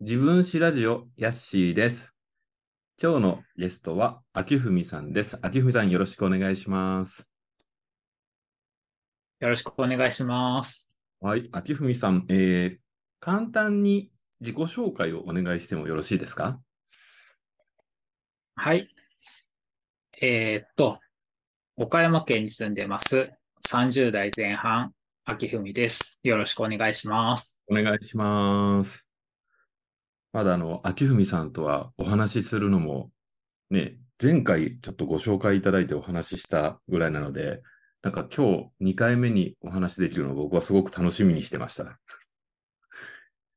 自分史ラジオ、ヤッシーです。今日のゲストは、秋文さんです。秋文さん、よろしくお願いします。よろしくお願いします。はい、秋文さん、えー、簡単に自己紹介をお願いしてもよろしいですかはい。えーっと、岡山県に住んでます。30代前半、秋文です。よろしくお願いします。お願いします。まだあの、秋文さんとはお話しするのも、ね、前回ちょっとご紹介いただいてお話ししたぐらいなので、なんか今日2回目にお話しできるのを僕はすごく楽しみにしてました。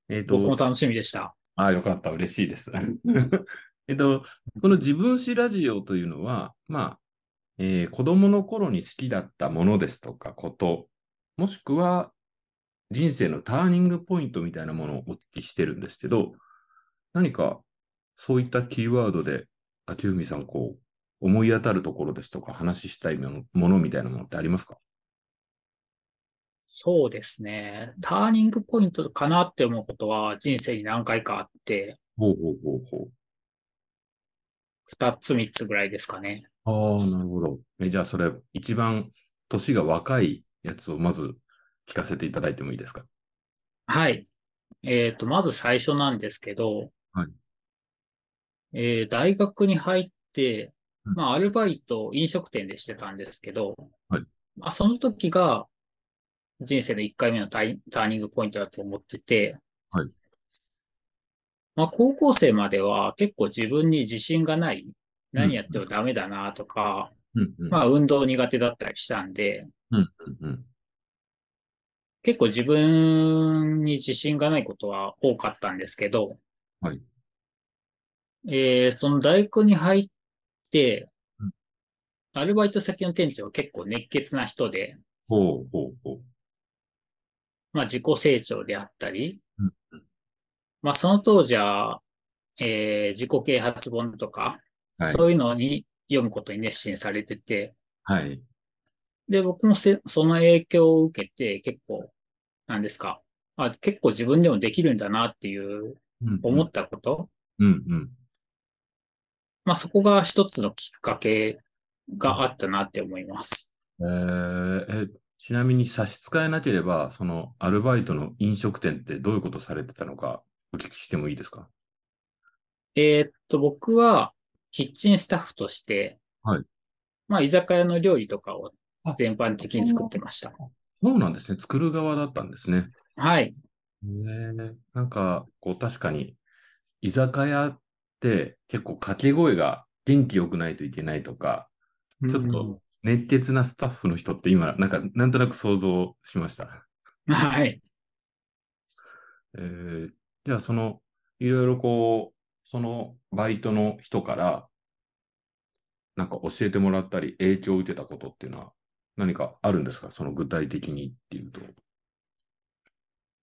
えっと、僕も楽しみでした。ああ、よかった。嬉しいです。 えっと、この自分史ラジオというのは、まあ、えー子供の頃に好きだったものですとかこと、もしくは人生のターニングポイントみたいなものをお聞きしてるんですけど、何かそういったキーワードで、秋海さん、こう、思い当たるところですとか、話ししたいものものみたいなものってありますかそうですね。ターニングポイントかなって思うことは人生に何回かあって、ほうほうほうほう。 2つ3つぐらいですかね。ああ、なるほど。え、じゃあ、それ、一番年が若いやつをまず聞かせていただいてもいいですかはい。えーっと、まず最初なんですけど、はいえー大学に入って、うんまあ、アルバイトを飲食店でしてたんですけど、はいまあ、その時が人生の1回目のタイターニングポイントだと思ってて、はいまあ、高校生までは結構自分に自信がない、何やってもダメだなとか、うんうんまあ、運動苦手だったりしたんで、うんうん結構自分に自信がないことは多かったんですけど、はいえーその大学に入ってうん、アルバイト先の店長は結構熱血な人で、ほうほうほう。まあ自己成長であったりうん、まあその当時は、えー自己啓発本とか、はい。そういうのに読むことに熱心されてて、はい。で、僕もせその影響を受けて結構、なんですか、あ、結構自分でもできるんだなっていううん思ったこと、うんうん。まあそこが一つのきっかけがあったなって思います。えーえ、ちなみに差し支えなければ、そのアルバイトの飲食店ってどういうことされてたのかお聞きしてもいいですかえーっと、僕はキッチンスタッフとして、はいまあ居酒屋の料理とかをあ全般的に作ってました。そうなんですね。作る側だったんですね。はい。ねえ、なんか、こう、確かに、居酒屋って結構掛け声が元気良くないといけないとか、ちょっと熱血なスタッフの人って今、なんか、なんとなく想像しました。うん。はい。えー、じゃあ、その、いろいろこう、そのバイトの人から、なんか教えてもらったり、影響を受けたことっていうのは、何かあるんですかその具体的にっていうと。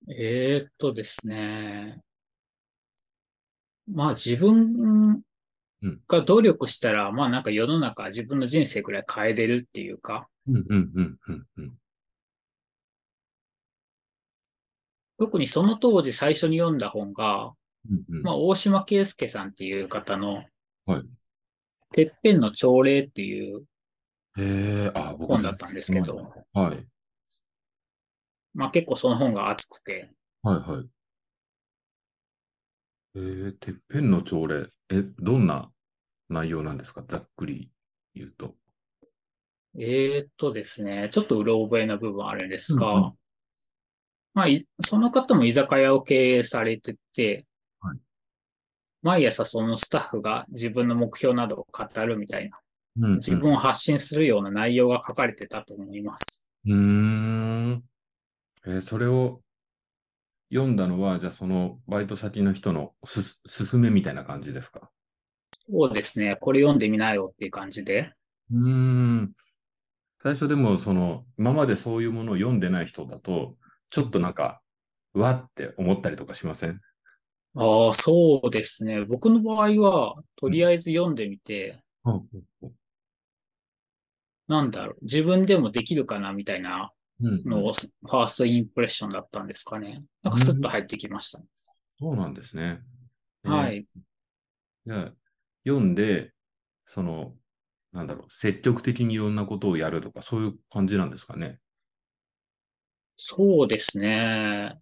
えーっとですね。まあ自分うんが努力したら、まあなんか世の中自分の人生くらい変えれるっていうか、うんうんうんうんうん。特にその当時最初に読んだ本が、うんうんまあ、大島啓介さんっていう方の、はいてっぺんの朝礼っていうへえ、あ、僕本だったんですけど、はい。まあ結構その本が熱くて、はいはい。えー、てっぺんの朝礼。え、どんな内容なんですかざっくり言うと。えーっとですね、ちょっとうろ覚えな部分あるんですが、うんうんまあいその方も居酒屋を経営されてて、はい毎朝そのスタッフが自分の目標などを語るみたいな、うん、うん。自分を発信するような内容が書かれてたと思います。うーん。えーそれを読んだのは、じゃあそのバイト先の人のすす、勧めみたいな感じですかそうですね、これ読んでみなよっていう感じで、うーん。最初でも、その、今までそういうものを読んでない人だと、ちょっとなんか、うわって思ったりとかしませんああ、そうですね。僕の場合は、とりあえず読んでみて、うんなんだろう、自分でもできるかなみたいなうんのを、ファーストインプレッションだったんですかね。なんかスッと入ってきました。そうなんですね。ねはい。が読んで、その、なんだろう、積極的にいろんなことをやるとか、そういう感じなんですかね。そうですね。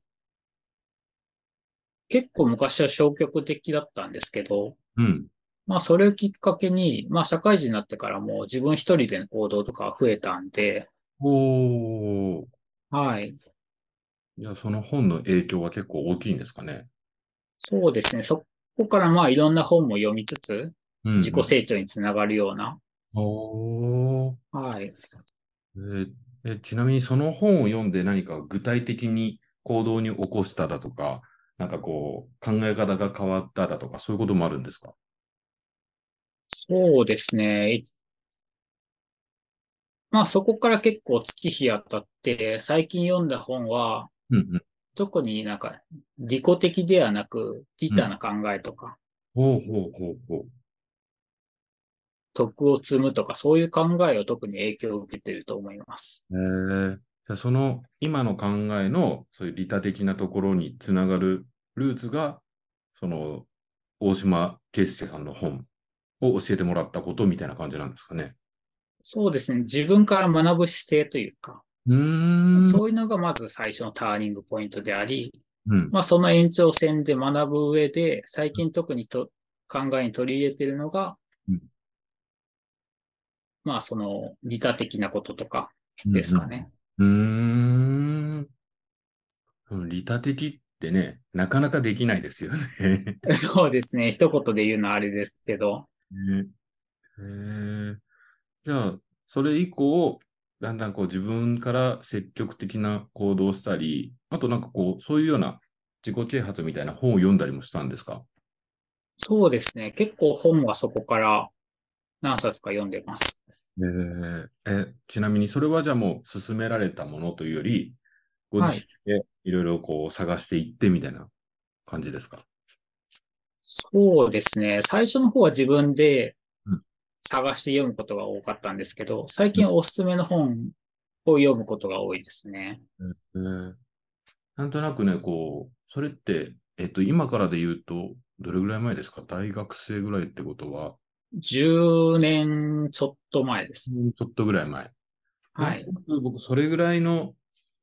結構昔は消極的だったんですけど、うん。まあそれをきっかけに、まあ社会人になってからも自分一人での行動とかが増えたんで、おー。はい。いや、その本の影響は結構大きいんですかね。そうですね。そこからまあいろんな本も読みつつ、うん。自己成長につながるような、おー。はい。えーえちなみにその本を読んで何か具体的に行動に起こしただとか、なんかこう、考え方が変わっただとか、そういうこともあるんですかそうですね。いまあそこから結構月日当たって、最近読んだ本は、うんうん。特になんか利己的ではなく、ギターな考えとか、ほうほうほうほう。徳を積むとか、そういう考えを特に影響を受けていると思います。へえじゃあその今の考えのそういう利他的なところにつながるルーツが、その大島圭介さんの本を教えてもらったことみたいな感じなんですかね。そうですね。自分から学ぶ姿勢というか、うーん。そういうのがまず最初のターニングポイントであり、うん。まあその延長線で学ぶ上で、最近特にと考えに取り入れているのがうん、まあその利他的なこととかですかね。 うーん。その利他的ってね、なかなかできないですよね。そうですね。一言で言うのはあれですけど、ねへえじゃあ、それ以降、だんだんこう自分から積極的な行動をしたり、あとなんかこう、そういうような自己啓発みたいな本を読んだりもしたんですかそうですね。結構本はそこから何冊か読んでます。ええ、ちなみにそれはじゃあもう勧められたものというより、ご自身でいろいろこう探していってみたいな感じですかそうですね。最初の方は自分でうん探して読むことが多かったんですけど、最近はおすすめの本を読むことが多いですね。えーなんとなくね、こう、それって、えっと、今からで言うと、どれぐらい前ですか大学生ぐらいってことは、 10年ちょっと前です。ちょっとぐらい前。はい。なんとなく僕、それぐらいの、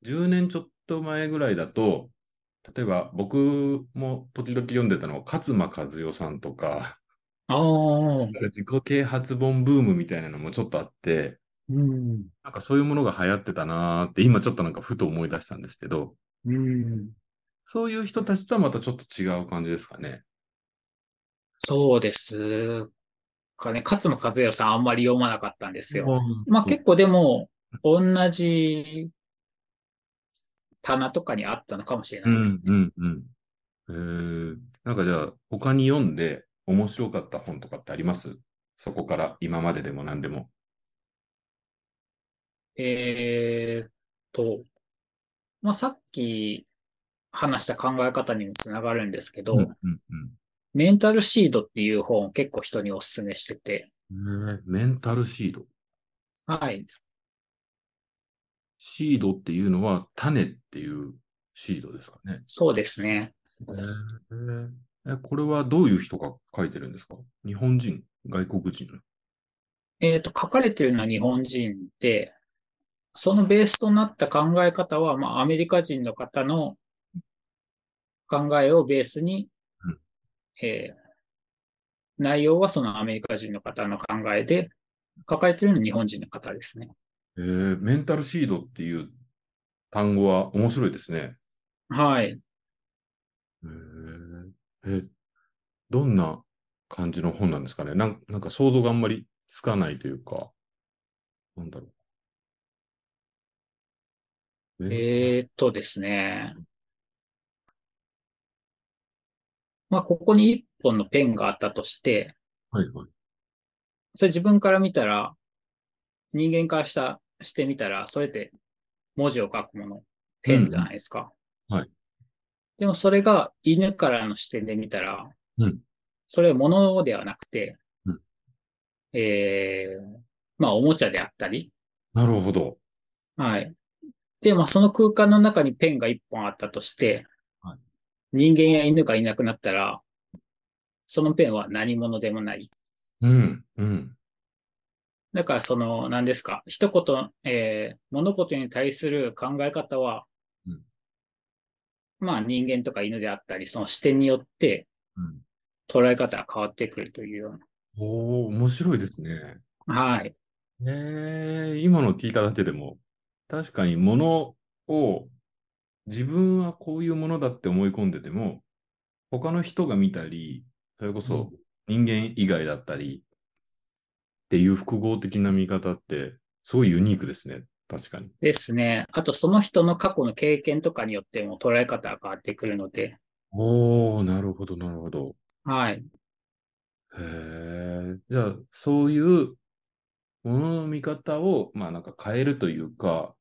10年ちょっと前ぐらいだと、例えば僕も時々読んでたのは、勝間和代さんとか、ああ、自己啓発本ブームみたいなのもちょっとあって、うん、なんかそういうものが流行ってたなーって、今ちょっとなんかふと思い出したんですけど、うん。そういう人たちとはまたちょっと違う感じですかね。そうです。かね、勝間和代さんあんまり読まなかったんですよ。うんまあ結構でも、同じ棚とかにあったのかもしれないですね。うんうんうん。へえなんかじゃあ、他に読んで面白かった本とかってありますそこから今まででも何でも。えーっと、まあさっき話した考え方にもつながるんですけど、メンタルシードっていう本を結構人にお勧めしてうて、んうんへえメンタルシード。はい。シードっていうのは種っていうシードですかね。そうですね。へええこれはどういう人が書いてるんですか日本人外国人えっと、書かれてるのは日本人で、そのベースとなった考え方は、まあ、アメリカ人の方の考えをベースにうん、えー内容はそのアメリカ人の方の考えで、書かれてるのは日本人の方ですね。へえメンタルシードっていう単語は面白いですね。はい。へええ、どんな感じの本なんですかねなんなんか想像があんまりつかないというか、なんだろう。えーっとですね。まあ、ここに一本のペンがあったとして、はいはい。それ自分から見たら、人間からした、してみたら、それって文字を書くもの、ペンじゃないですか。うんはい。でもそれが犬からの視点で見たら、うんそれは物ではなくて、うんえー、まあおもちゃであったり、なるほど。はい。で、まあその空間の中にペンが一本あったとして、はい人間や犬がいなくなったら、そのペンは何者でもない。うん、うん、だからその、何ですか、一言、えー物事に対する考え方は、うんまあ人間とか犬であったり、その視点によってうん。捉え方が変わってくるというよおお、面白いですね。うな。はい。ええ、今の聞いただけでも、確かに物を自分はこういうものだって思い込んでても、他の人が見たり、それこそ人間以外だったりっていう複合的な見方って、すごいユニークですね。確かに。ですね。あとその人の過去の経験とかによっても捉え方が変わってくるので、おお、なるほど、なるほど。はい。へえ。じゃあ、そういうものの見方を、まあなんか変えるというか、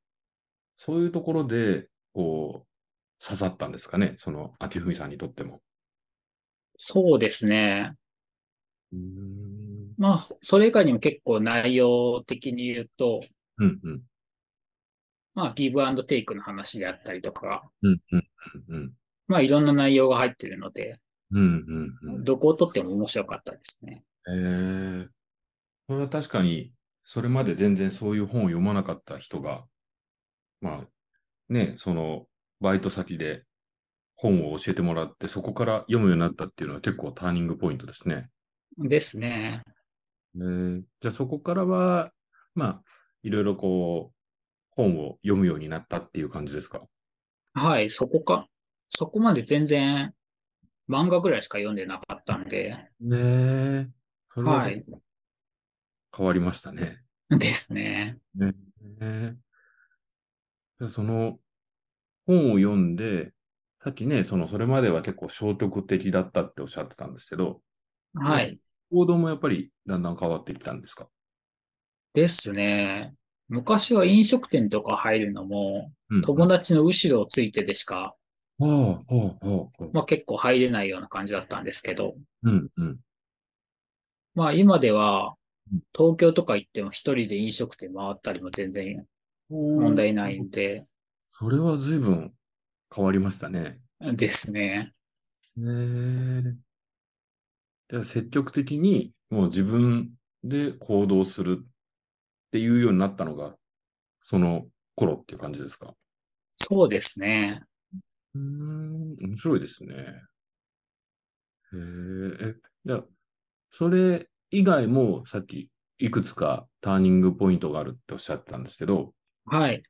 そういうところで、こう、刺さったんですかね、その、秋文さんにとっても。そうですね。うん。まあ、それ以外にも結構内容的に言うと、うん、うん、まあ、ギブアンドテイクの話であったりとか、うん、うん、うん、まあ、いろんな内容が入ってるので、うん、うん、うん。どこを取っても面白かったですね。へえ。これは確かに、それまで全然そういう本を読まなかった人が、まあ、ね、その、バイト先で本を教えてもらって、そこから読むようになったっていうのは結構ターニングポイントですね。ですね。えーじゃあそこからは、まあ、いろいろこう、本を読むようになったっていう感じですか。はい、そこか。そこまで全然漫画ぐらいしか読んでなかったんで、ねえ。それははい変わりましたね。ですね。ねえ。じゃあその本を読んで、さっきね、そのそれまでは結構消極的だったっておっしゃってたんですけど、はい。行動もやっぱりだんだん変わってきたんですかですね。昔は飲食店とか入るのも、うん。友達の後ろをついてでしか、ああ、ああ、ああ。まあ結構入れないような感じだったんですけど、うん、うん。まあ今ではうん、東京とか行っても一人で飲食店回ったりも全然問題ないんで、それは随分変わりましたね。ですね。ねえ。じゃあ積極的にもう自分で行動するっていうようになったのが、その頃っていう感じですか。そうですね。うーん、面白いですね。へえ、え、じゃあ、それ以外もさっきいくつかターニングポイントがあるっておっしゃってたんですけど、はい。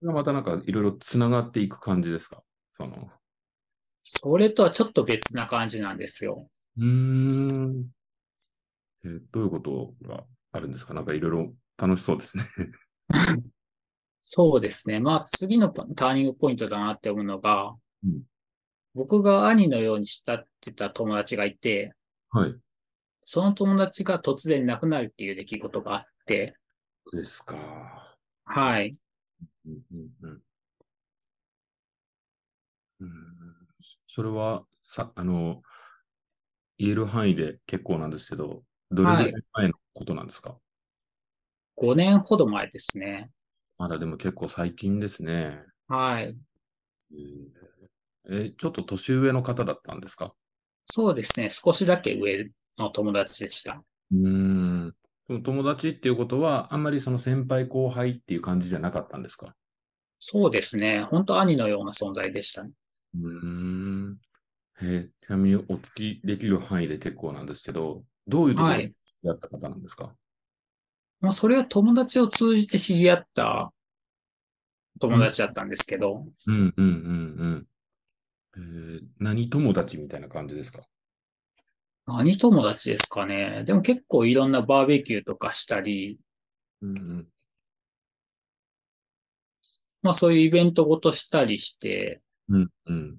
それはまたなんかいろいろつながっていく感じですかその、それとはちょっと別な感じなんですよ。うーん。えーどういうことがあるんですかなんかいろいろ楽しそうですね。 そうですね。まあ次のポターニングポイントだなって思うのがうん、僕が兄のように慕ってた友達がいて、はい。その友達が突然亡くなるっていう出来事があって、そうですか。はい。うんうんうん。うーんそれは、さ、あの、言える範囲で結構なんですけど、どれぐらい前のことなんですか、 5年ほど前ですね。まだでも結構最近ですね。はい。えーえちょっと年上の方だったんですかそうですね。少しだけ上の友達でした。うーん。でも友達っていうことは、あんまりその先輩後輩っていう感じじゃなかったんですかそうですね。本当兄のような存在でしたね。うーん。えーちなみにお聞きできる範囲で結構なんですけど、どういうところはでいやった方なんですか、まあ、それは友達を通じて知り合った友達だったんですけど、うんうんうんうん。えー何友達みたいな感じですか何友達ですかね。でも結構いろんなバーベキューとかしたり、うんうん。まあそういうイベントごとしたりしてうんうん。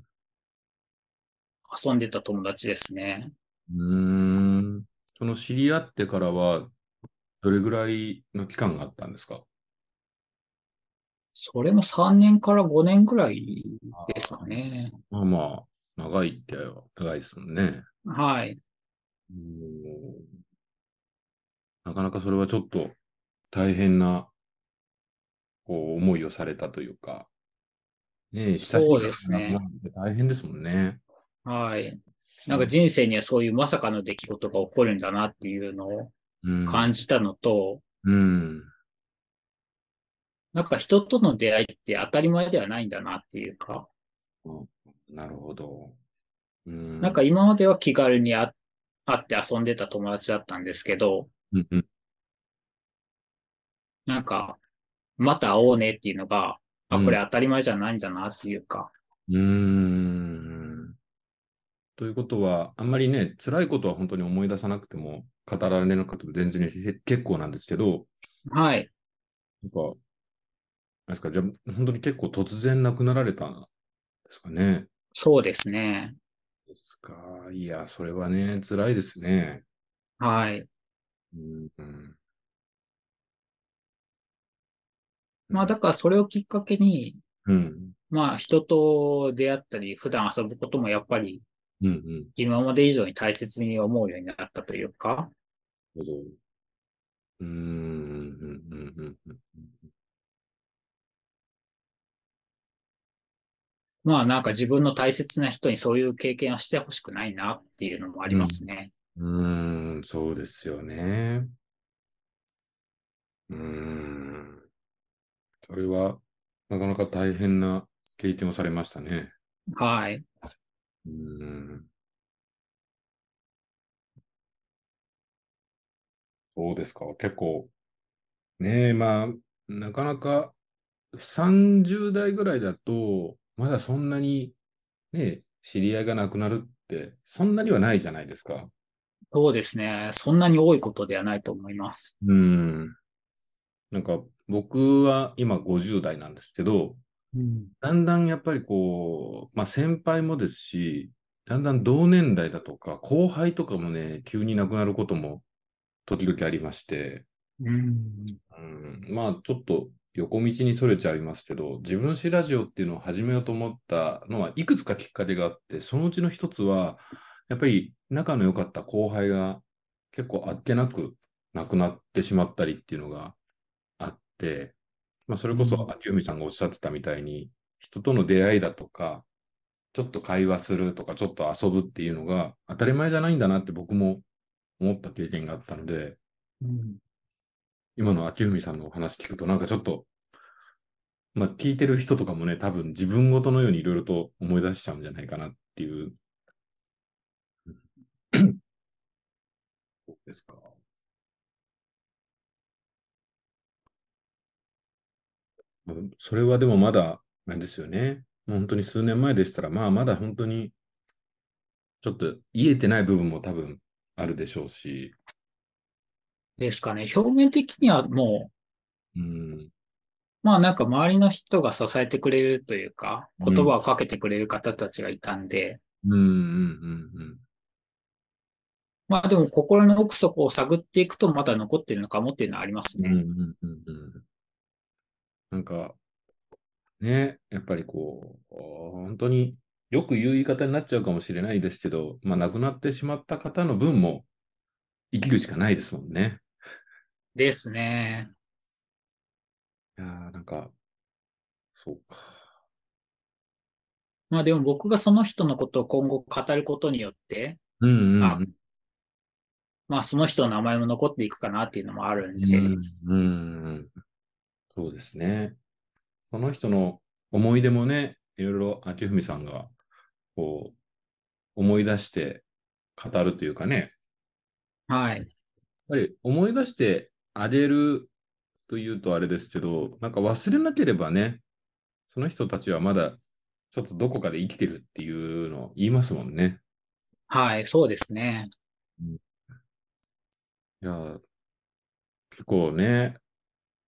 遊んでた友達ですね。うーん。その知り合ってからは、どれぐらいの期間があったんですかそれも3年から5年ぐらいですかね。まあまあ、長いっては長いですもんね。はい。うーんなかなかそれはちょっと大変なこう思いをされたというか、ねえ、そうですね久しぶりに会うのも大変ですもんね。はい。なんか人生にはそういうまさかの出来事が起こるんだなっていうのをうん感じたのと、うん。なんか人との出会いって当たり前ではないんだなっていうか、なるほど。うんなんか、今までは気軽にあ会って遊んでた友達だったんですけど、うんうんなんか、また会おうねっていうのが、あ、これう当たり前じゃないんだなっていうか、うん。ということは、あんまりね、辛いことは本当に思い出さなくても語られなくても全然へ結構なんですけど、はい。なんか、なんですか、じゃあ本当に結構突然亡くなられたんですかね。そうですね。ですか。いや、それはね、辛いですね。はい。うんうん。まあだからそれをきっかけに、うん。まあ人と出会ったり、普段遊ぶこともやっぱりうんうん。今まで以上に大切に思うようになったというか、なるほど。うーん、うん、うん、うんうん。まあなんか自分の大切な人にそういう経験をしてほしくないなっていうのもありますね。うーん、そうですよね。うーん。それは、なかなか大変な経験をされましたね。はい。うーん。そうですか。結構、ねえ、まあ、なかなか30代ぐらいだと、まだそんなに、ねえ、知り合いがなくなるって、そんなにはないじゃないですか。そうですね。そんなに多いことではないと思います。うん。なんか僕は今50代なんですけど、うん。だんだんやっぱりこう、まあ先輩もですし、だんだん同年代だとか後輩とかもね、急に亡くなることも時々ありまして、うん。うん、まあちょっと横道にそれちゃいますけど、自分史ラジオっていうのを始めようと思ったのはいくつかきっかけがあって、そのうちの一つは、やっぱり仲の良かった後輩が結構あっけなく亡くなってしまったりっていうのがあって、まあそれこうそん秋海さんがおっしゃってたみたいに、人との出会いだとか、ちょっと会話するとか、ちょっと遊ぶっていうのが当たり前じゃないんだなって僕も思った経験があったので、うん今の秋文さんのお話聞くと、なんかちょっと、まあ、聞いてる人とかもね、多分自分ごとのようにいろいろと思い出しちゃうんじゃないかなっていう。そうですか。うんそれはでもまだ、あれですよね。もう本当に数年前でしたら、まあまだ本当に、ちょっと癒えてない部分も多分あるでしょうし。ですかね。表面的にはもう、うん。まあなんか周りの人が支えてくれるというか、うん言葉をかけてくれる方たちがいたんで、うんうんうんうん。まあでも心の奥底を探っていくとまだ残ってるのかもっていうのはありますうんうね。んうんうんなんか、ね、やっぱりこう、本当によく言う言い方になっちゃうかもしれないですけど、まあ、亡くなってしまった方の分も生きるしかないですもんね。ですね。いやーなんか、そうか。まあでも僕がその人のことを今後語ることによって、うんうんあまあその人の名前も残っていくかなっていうのもあるんうんで、うんうんそうですね。その人の思い出もね、いろいろ秋文さんが、こう、思い出して語るというかね、はい。やっぱり思い出してあげるというとあれですけど、なんか忘れなければね、その人たちはまだちょっとどこかで生きてるっていうのを言いますもんね。はい、そうですね。いやー、結構ね、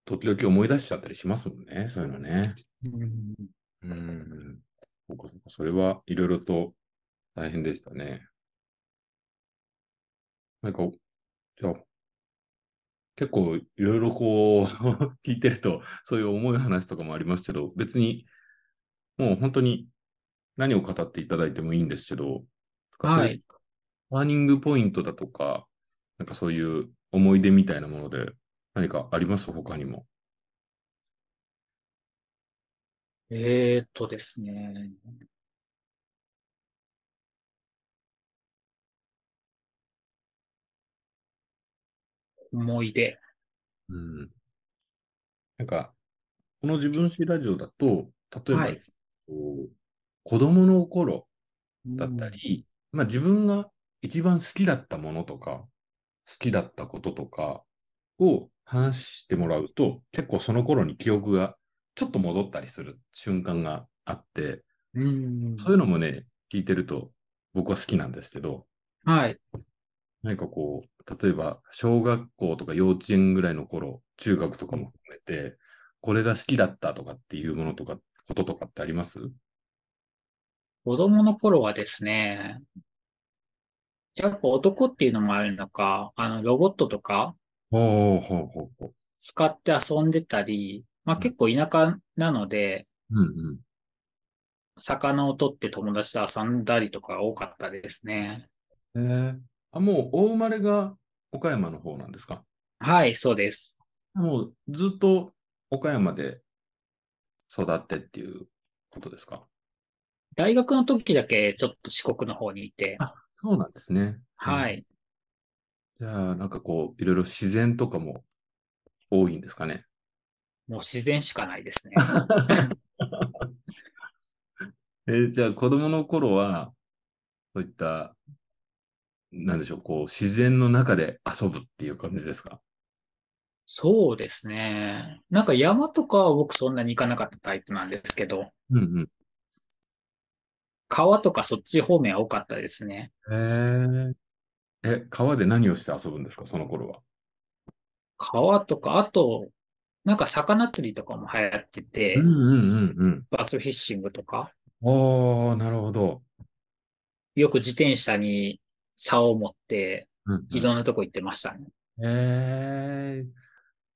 時々思い出しちゃったりしますもんね、そういうのね。うんうん。そうかそうかそれはいろいろと大変でしたね。なんか、じゃあ結構いろいろこう、 聞いてると、そういう重い話とかもありますけど、別に、もう本当に何を語っていただいてもいいんですけど、はそううい。ターニングポイントだとか、なんかそういう思い出みたいなもので、何かあります他にも。えーっとですね。思い出。うん。なんか、この自分史ラジオだと、例えば、はいこう子供の頃だったり、まあ自分が一番好きだったものとか、好きだったこととかを話してもらうと、結構その頃に記憶がちょっと戻ったりする瞬間があって、うん。そういうのもね、聞いてると僕は好きなんですけど、はい。何かこう、例えば小学校とか幼稚園ぐらいの頃、中学とかも含めて、これが好きだったとかっていうものとか、こととかってあります子供の頃はですね、やっぱ男っていうのもあるのか、あの、ロボットとかほうほうほうほう。使って遊んでたり、まあ結構田舎なので、うんうん。魚を取って友達と遊んだりとかが多かったですね。えー、あ、もう、お生まれが岡山の方なんですかはい、そうです。もう、ずっと岡山で育ってっていうことですか大学の時だけちょっと四国の方にいて、あそうなんですね。。はいい。じゃあ、なんかこう、いろいろ自然とかも多いんですかね。もう自然しかないですね。 えーじゃあ、子供の頃は、そういった、なんでしょう、こう、自然の中で遊ぶっていう感じですかそうですね。なんか山とかは僕そんなに行かなかったタイプなんですけど、うん川とかそっち方面は多かったですね。うん。へえ。え、川で何をして遊ぶんですか、その頃は。川とか、あと、なんか魚釣りとかも流行ってて、うんうんうんバスフィッシングとか、うん。おー、なるほど。よく自転車に竿を持ってうんうんいろんなとこ行ってましたね。へえ。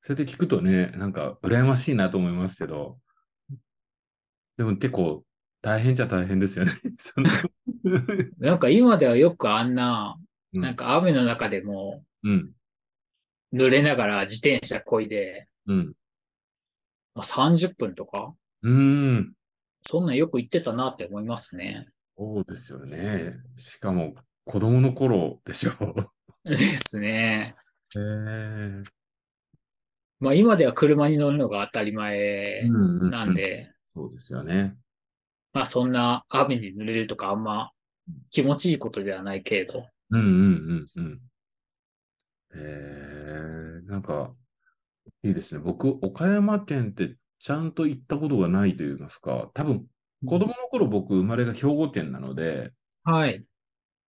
それで聞くとね、なんか羨ましいなと思いますけど、でも結構大変じゃ大変ですよね。 そのなんか今ではよくあんな、うんなんか雨の中でもうん、濡れながら自転車こいで、うん、まあ30分とか、うーん。そんなんよく行ってたなって思いますね。 そうですよね。しかも子供の頃でしょ。ですね。へえ。まあ今では車に乗るのが当たり前うんうなん。で、そうですよね。まあそんな雨に濡れるとかあんま気持ちいいことではないけれど、うんうんうんうん。えー、なんか、いいですね。僕、岡山県ってちゃんと行ったことがないと言いますか、多分、子供の頃僕、生まれが兵庫県なので、はい。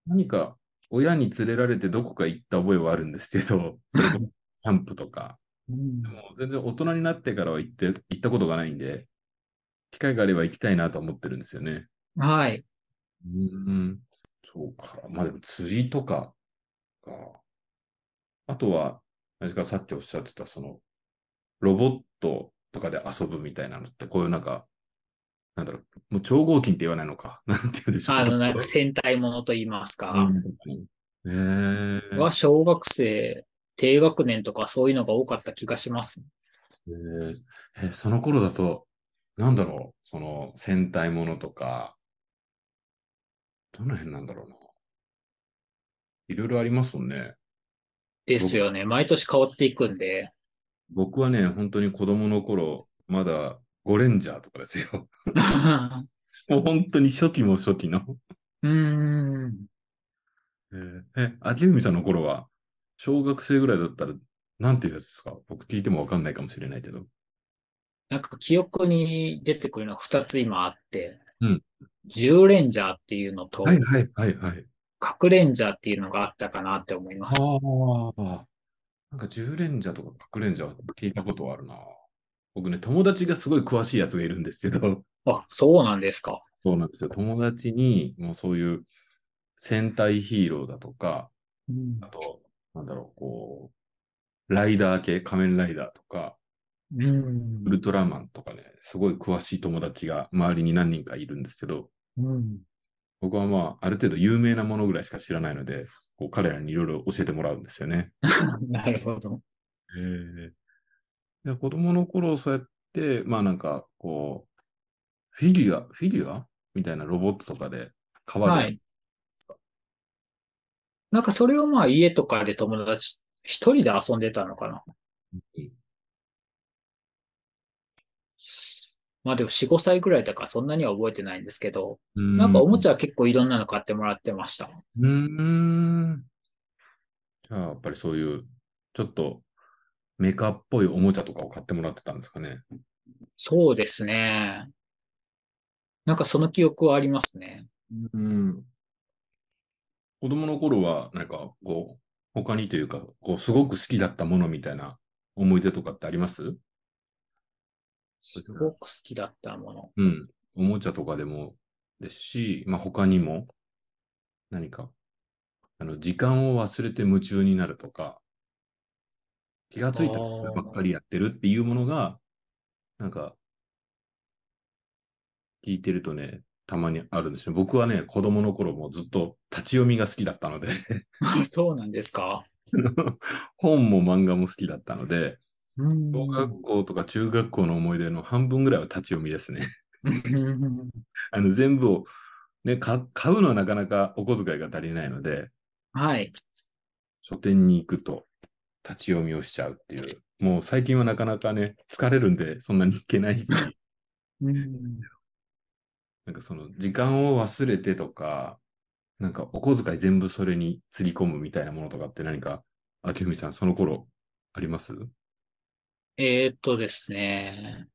何か親に連れられてどこか行った覚えはあるんですけど、それこそキャンプとか、でも全然大人になってからは行って、行ったことがないんで、機会があれば行きたいなと思ってるんですよね。はい。うん、そうか。まあでも釣りとかか。あとは、何ですかさっきおっしゃってた、その、ロボットとかで遊ぶみたいなのって、こういうなんか、なんだろう、もう超合金って言わないのか。なんて言うんでしょう。あ の、なんか戦隊ものと言いますか、えー、は小学生、低学年とかそういうのが多かった気がします。えーえその頃だと、なんだろう、その戦隊ものとか、どの辺なんだろうな。いろいろありますもんね。ですよね。毎年変わっていくん で。僕はね、本当に子供の頃、まだゴレンジャーとかですよ。 うもう本当に初期も初期の。ーん。えー、え、秋海さんの頃は、小学生ぐらいだったら、なんていうやつですか僕聞いてもわかんないかもしれないけど。なんか記憶に出てくるのが2つ今あって、うん10レンジャーっていうのと、はいはいはいはい。核レンジャーっていうのがあったかなって思います。あ。なんか10レンジャーとか核レンジャー聞いたことはあるな。僕ね、友達がすごい詳しいやつがいるんですけど。 あ、そうなんですか。そうなんですよ。友達に、もうそういう戦隊ヒーローだとか、うんあと、なんだろう、こう、ライダー系、仮面ライダーとか、ウルトラマンとかね、すごい詳しい友達が周りに何人かいるんですけど、うん 僕はまあ、ある程度有名なものぐらいしか知らないので、こう彼らにいろいろ教えてもらうんですよね。なるほど。へえ。子供の頃、そうやって、まあなんか、こう、フィギュア、フィギュアみたいなロボットとかで、川で、はい。なんかそれをまあ家とかで友達一人で遊んでたのかな。うんまあでも4、5歳ぐらいだからそんなには覚えてないんですけど、うんなんかおもちゃは結構いろんなの買ってもらってました。うーん。じゃあ、やっぱりそういう、ちょっとメカっぽいおもちゃとかを買ってもらってたんですかね。そうですね。なんかその記憶はありますね。うん。子供の頃は、なんか、こう、他にというか、こう、すごく好きだったものみたいな思い出とかってありますすごく好きだったもの。うん。おもちゃとかでもですし、まあ、他にも、何か、あの、時間を忘れて夢中になるとか、気がついたらあーこればっかりやってるっていうものが、なんか、聞いてるとね、たまにあるんですよ。僕はね、子供の頃もずっと立ち読みが好きだったので、 そうなんですか本も漫画も好きだったので、うん小学校とか中学校の思い出の半分ぐらいは立ち読みですね。あの全部を、ね、か買うのはなかなかお小遣いが足りないので、はい。書店に行くと立ち読みをしちゃうっていう。もう最近はなかなかね、疲れるんでそんなに行けないし、うんなんかその時間を忘れてとか、なんかお小遣い全部それにつぎ込むみたいなものとかって何か、あきふみさん、その頃ありますえーっとですね。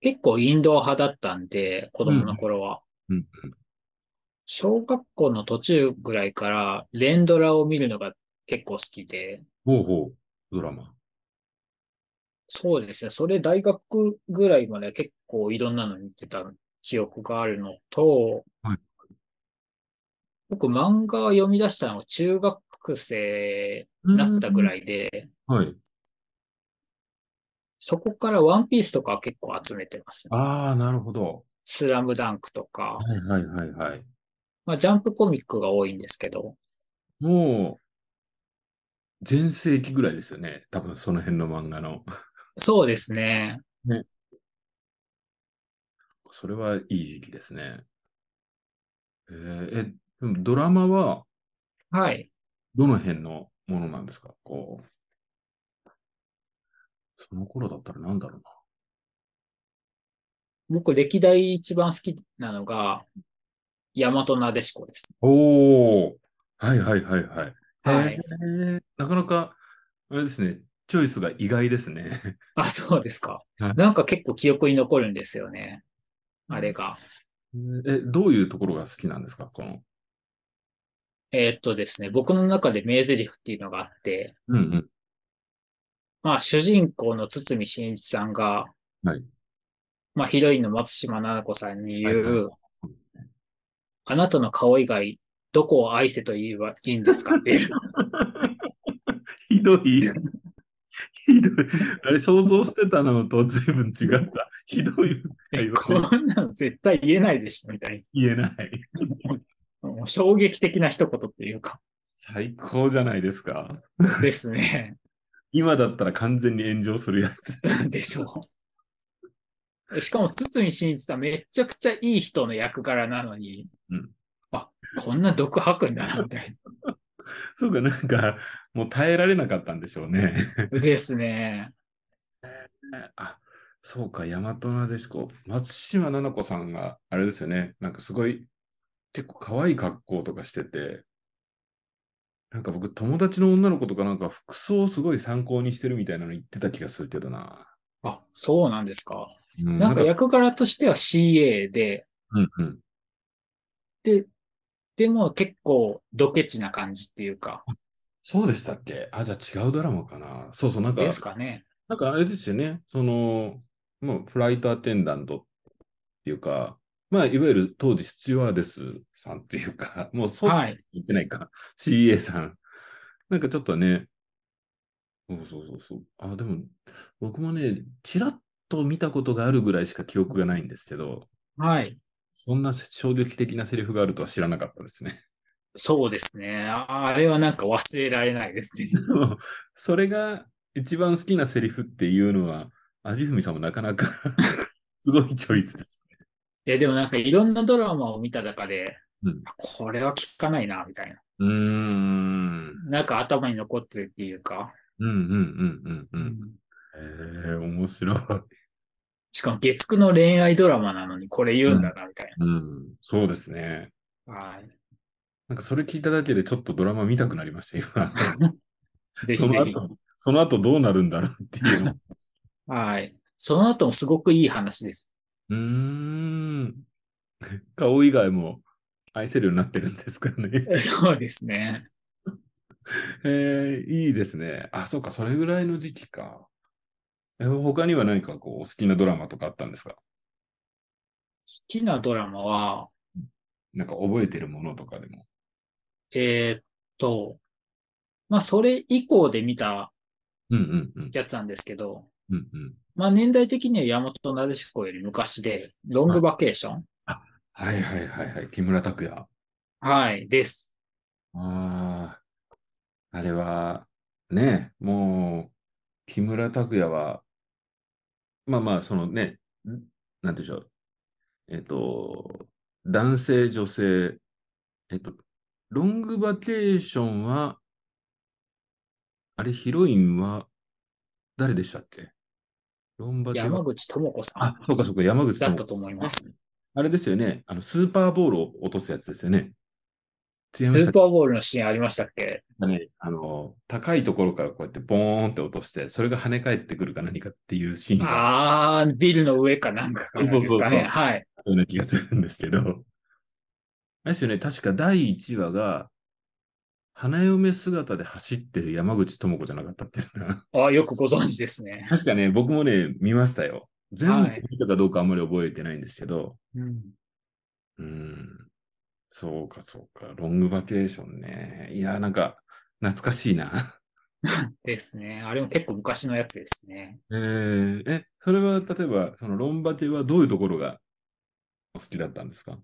結構インドア派だったんで、子供の頃は。うん小学校の途中ぐらいから、連ドラを見るのが結構好きで、ほうほう、ドラマ。そうですね。それ大学ぐらいまで結構いろんなの見てた記憶があるのとはい、僕漫画を読み出したのが中学生になったぐらい。いで、はい。そこからワンピースとかは結構集めてますね。ああ、なるほど。スラムダンクとか、はいはいはいはい。まあジャンプコミックが多いんですけど、もう、全盛期ぐらいですよね。多分その辺の漫画の。そうですね。それはいい時期ですね。えーえ、でもドラマははい。どの辺のものなんですかこう。その頃だったらなんだろうな。僕歴代一番好きなのが、大和なでしこです。おおはいはいはいはい。はえいーなかなか、あれですね、チョイスが意外ですね。あ、そうですかはい。なんか結構記憶に残るんですよね。あれが。え、どういうところが好きなんですかこの。えーっとですね、僕の中で名台詞っていうのがあって、うんうん。まあ主人公の堤真一さんが、はいまあヒロインの松島菜々子さんに言、はいはいうあなたの顔以外、どこを愛せと言えばいいんですかって いう。ひどい。ひどい。あれ、想像してたのと随分違った。ひどい会話でこんなの絶対言えないでしょ、みたい言えない。な。もう衝撃的な一言っていうか、最高じゃないですか。ですね。 今だったら完全に炎上するやつ。でしょう。しかも、堤真一さん、めちゃくちゃいい人の役柄なのに、うんあ、こんな毒吐くんだな、みたいそうか、なんか、もう耐えられなかったんでしょうね。な。ですね。あ、そうか、大和なでしこ。松島菜々子さんが、あれですよね。なんかすごい、結構可愛い格好とかしてて、なんか僕、友達の女の子とかなんか服装をすごい参考にしてるみたいなの言ってた気がするけどな。あ、そうなんですか。うんなんか役柄としては CA で、うんうん。で、でも結構ドケチな感じっていうか、そうでしたっけあ、じゃあ違うドラマかな。そうそう、なんか、ですかね。なんかあれですよね。その、もうフライトアテンダントっていうか、まあ、いわゆる当時スチュワーデスさんっていうか、もうそうはい。言ってないか、CA さん。なんかちょっとね、そうそうそうそう。あ、でも、僕もね、ちらっと見たことがあるぐらいしか記憶がないんですけど、はい。そんな衝撃的なセリフがあるとは知らなかったですね。 そうですね。ああれはなんか忘れられないですね。でもそれが一番好きなセリフっていうのは、有文さんもなかなか すごいチョイスです。いや、でもなんかいろんなドラマを見た中で、うんこれは聞かないな、みたいな。うーん。なんか頭に残ってるっていうか。うんうんうんうんうん。へえ、面白い。しかも月9の恋愛ドラマなのにこれ言うんだな、みたいうん、そうですね。な。はい。なんかそれ聞いただけでちょっとドラマ見たくなりました、今。 ぜそ。ひぜひの後その後どうなるんだろうっていう。はい。その後もすごくいい話です。 うーん。顔以外も愛せるようになってるんですかね。そうですね。えー、いいですね。あ、そうか、それぐらいの時期か。え他には何かこう、お好きなドラマとかあったんですか好きなドラマは、なんか覚えてるものとかでも。えーっと、まあ、それ以降で見たうんうんうん。やつなんですけど、うんうん。まあ、年代的には山本なでしこより昔で、ロングバケーションはいはいはいはい。木村拓哉。はい、です。ああ、あれは、ね、もう、木村拓哉は、まあまあ、そのね、んなんていうんでしょう、えっと、男性、女性、えっと、ロングバケーションは、あれ、ヒロインは、誰でしたっけロンバケは山口智子さあ、そうかそうか、山口んだ智っ子たと思います。あれですよね、あの、スーパーボールを落とすやつですよね。違いスましたっけーパーボールのシーンありましたっけね、あの、高いところからこうやってボーンって落として、それが跳ね返ってくるか何かっていうシーンがあっあー、ビルの上かなんかからですかそうそうそうね。はい。たような気がするんですけど、あれですよね、確か第1話が、花嫁姿で走ってる山口智子じゃなかったっていうな。あよくご存知ですね。確かね、僕もね、見ましたよ。全部はい見たかどうかあんまり覚えてないんですけど、うん、うーん、そうかそうか、ロングバケーションね。いや、なんか、懐かしいな。ですね。あれも結構昔のやつですね。えー、え、それは例えば、そのロンバテはどういうところがお好きだったんですか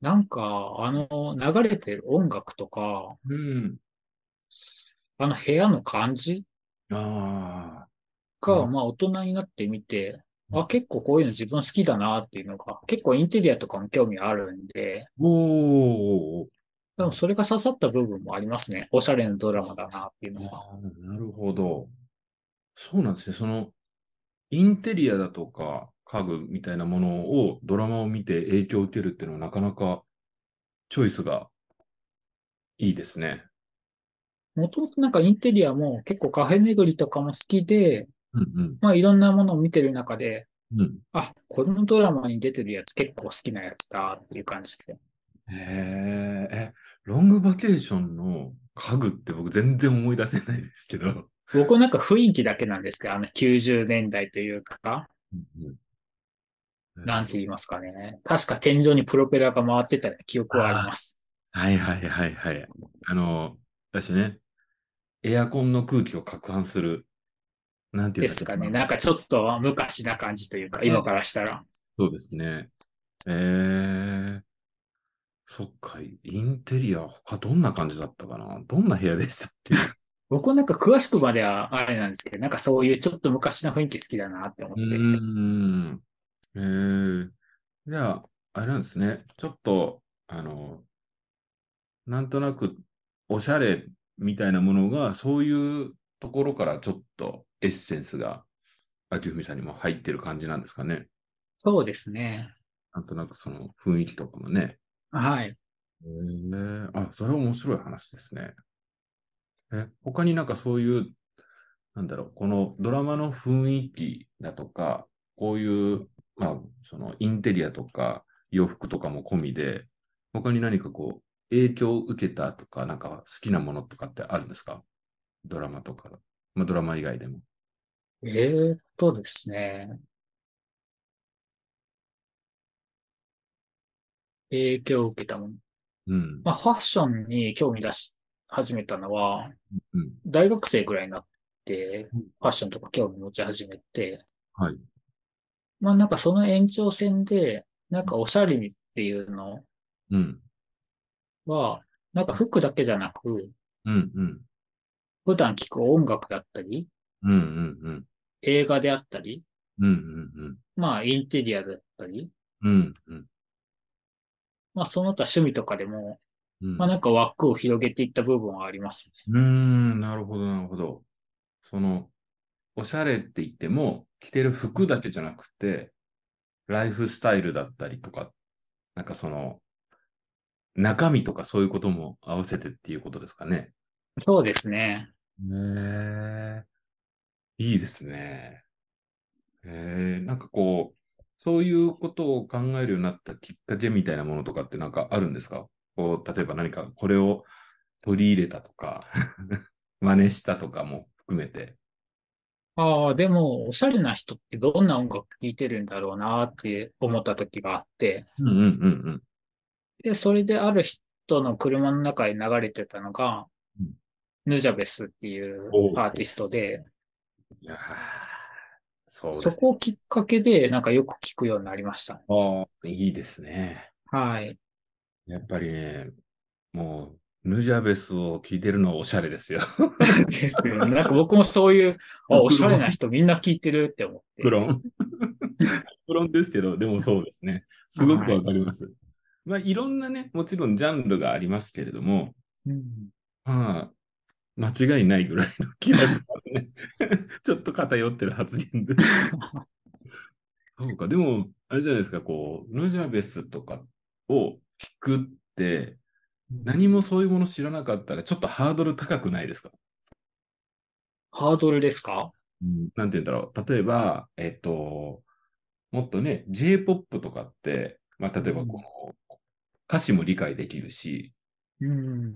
なんか、あの、流れてる音楽とか、うん。あの部屋の感じああ、が、うんまあ大人になってみて、うあ、結構こういうの自分好きだなっていうのが、結構インテリアとかも興味あるんで、おーおーでもそれが刺さった部分もありますね。おしゃれなドラマだなっていうおーのは。あーなるほど。そうなんですね。その、インテリアだとか家具みたいなものをドラマを見て影響を受けるっていうのはなかなかチョイスがいいですね。もともとなんかインテリアも結構カフェ巡りとかも好きで、うんまあいろんなものを見てる中で、うん。うん。あ、このドラマに出てるやつ結構好きなやつだっていう感じで。へーえ、ロングバケーションの家具って僕全然思い出せないですけど。僕はなんか雰囲気だけなんですけど、あの90年代というか、なんて言いますかね。確か天井にプロペラが回ってたような記憶はあります。はいはいはいはい。あの、私ね、エアコンの空気を攪拌する、なんていうんでだっすけかね。なんかちょっと昔な感じというか、今からしたら。そうですね。えー、そっか、インテリア、他どんな感じだったかなどんな部屋でしたっけ僕はなんか詳しくまではあれなんですけど、なんかそういうちょっと昔の雰囲気好きだなって思っうーて。ん。えー、じゃあ、あれなんですね。ちょっと、あの、なんとなく、おしゃれみたいなものが、そういうところからちょっとエッセンスが、秋文さんにも入ってる感じなんですかね。そうですね。なんとなくその雰囲気とかもね。はい。へえあ、それ面白い話ですね。え、他になんかそういう、なんだろう、このドラマの雰囲気だとか、こういう、まあ、そのインテリアとか洋服とかも込みで、他に何かこう、影響を受けたとか、なんか好きなものとかってあるんですかドラマとか、まあドラマ以外でも。えーっとですね。影響を受けたもの。うん。まあ、ファッションに興味出し始めたのは、うん。大学生ぐらいになって、うんファッションとか興味持ち始めて、はい。まあなんかその延長線で、なんかおしゃれにっていうのうん。は、なんか服だけじゃなく、うん。うん。普段聴く音楽だったり、うん。うん。うん。映画であったり、うん。うん。まあインテリアだったり、うん。うん。まあその他趣味とかでも、うんまあなんか枠を広げていった部分はありますね。うーん、なるほど、なるほど。その、おしゃれって言っても、着てる服だけじゃなくて、ライフスタイルだったりとか、なんかその、中身とかそういうことも合わせてっていうことですかね。そうですね。ねえ。いいですね。えー、なんかこう、そういうことを考えるようになったきっかけみたいなものとかってなんかあるんですかこう、例えば何かこれを取り入れたとか、 真似したとかも含めて。ああ、でも、おしゃれな人ってどんな音楽聴いてるんだろうなって思った時があって、うんうんうんで、それである人の車の中で流れてたのがうん、ヌジャベスっていうおうアーティストで、うん。いやーそうでそすね。こをきっかけでなんかよく聞くようになりましたね。あーいいですね。 はい。やっぱりね、もう、ヌジャベスを聞いてるのはおしゃれですよ。ですよね。なんか僕もそういう、あ、おしゃれな人みんな聞いてるって思ってプ。ロン。プロンですけど、でもそうですね。すごくわかります。まあ、いろんなね、もちろんジャンルがありますけれども、うんまあ、間違いないぐらいの気がしますね。 ちょっと偏ってる発言です。そうか、でも、あれじゃないですか、こう、ヌジャベスとかを聞くって、何もそういうもの知らなかったら、ちょっとハードル高くないですかハードルですかなんて言うんだろう。例えば、えっと、もっとね、J-POP とかって、まあ、例えばこの、歌詞も理解できるし、うん。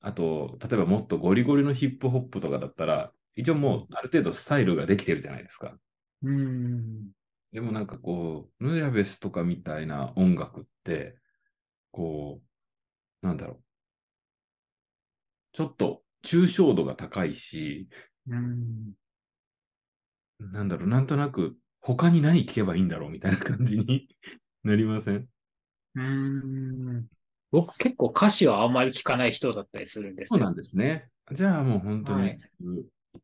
あと、例えばもっとゴリゴリのヒップホップとかだったら、一応もうある程度スタイルができてるじゃないですか。うん。でもなんかこう、ヌジャベスとかみたいな音楽って、こう、なんだろう。ちょっと抽象度が高いし、うん。なんだろう、なんとなく、他に何聞けばいいんだろうみたいな感じに なりませんうん。僕結構歌詞はあんまり聞かない人だったりするんですそうなよ。んですね。じゃあもう本当はにい、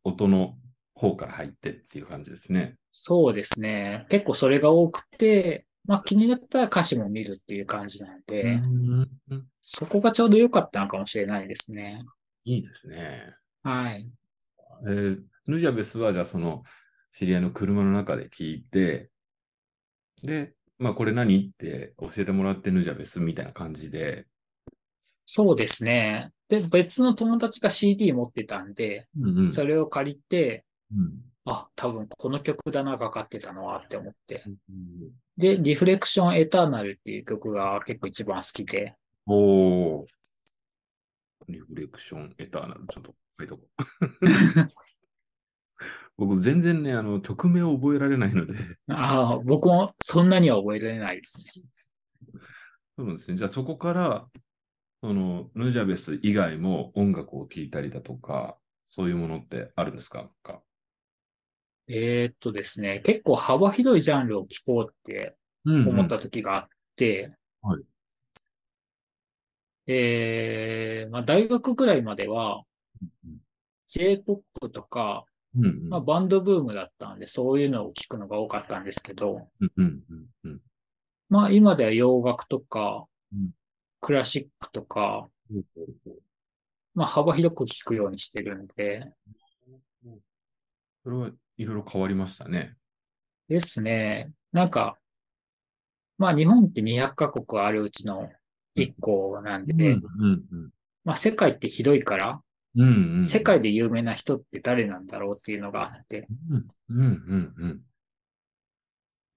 音の方から入ってっていう感じですね。そうですね。結構それが多くて、まあ気になったら歌詞も見るっていう感じなんで、うんうんそこがちょうど良かったのかもしれないですね。いいですね。はい。えーヌジャベスは、じゃあその、知り合いの車の中で聞いて、で、まあこれ何って教えてもらってヌジャベスみたいな感じで、そうですね。で、別の友達が CD 持ってたんで、うんうんそれを借りて、うんあ、多分この曲だな、かかってたのはって思って。うんで、リフレクションエターナルっていう曲が結構一番好きで、おー。リフレクションエターナル、ちょっと書いとこう。僕、全然ね、あの、曲名を覚えられないので、 ああ、僕もそんなには覚えられないですね。そうなんですね。じゃあそこから、その、ヌジャベス以外も音楽を聴いたりだとか、そういうものってあるんですかかえーっとですね、結構幅広いジャンルを聴こうってうん思った時があって、はいえーまあ、大学ぐらいまでは J-POP とか、うんうん。まあ、バンドブームだったんで、そういうのを聴くのが多かったんですけど、うんうんうんうん。まあ今では洋楽とかうん、クラシックとか、うんまあ幅広く聴くようにしてるんで、それはいろいろ変わりましたね。ですね。なんか、まあ日本って200カ国あるうちの1個なんで、うんうんまあ世界ってひどいから、うんうんうん。世界で有名な人って誰なんだろうっていうのがあって、うんうんうん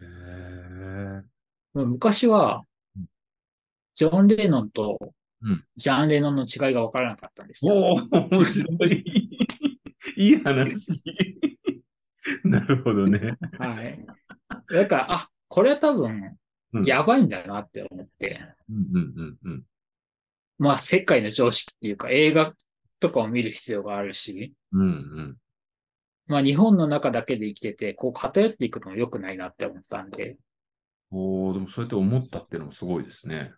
うん。へえ。まあ昔はうん、ジョン・レノンとうんジャン・レノンの違いが分からなかったんですよ。おお、面白い。 いい話。 なるほどね。はい。だから、あ、これは多分うん、やばいんだなって思って、うんうんうんうん。まあ世界の常識っていうか映画とかを見る必要があるし、うんうん。まあ日本の中だけで生きてて、こう偏っていくのも良くないなって思ったんで、おお、でもそうやって思ったっていうのもすごいですね。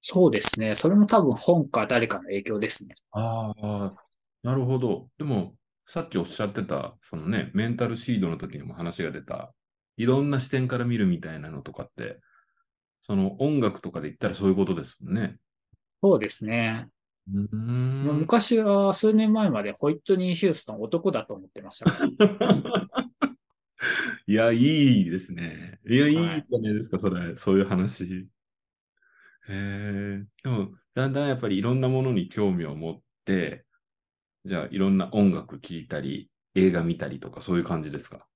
そうですね。それも多分本か誰かの影響ですね。ああ、なるほど。でも、さっきおっしゃってた、そのね、メンタルシードの時にも話が出た、いろんな視点から見るみたいなのとかって、その音楽とかで言ったらそういうことですもんね。そうですね。うーん。昔は数年前までホイットニー・ヒューストン男だと思ってましたから。いや、いいですね。いや、いいじはいゃないですか、それ、そういう話。へえ。でも、だんだんやっぱりいろんなものに興味を持って、じゃあ、いろんな音楽聴いたり、映画見たりとか、そういう感じですか。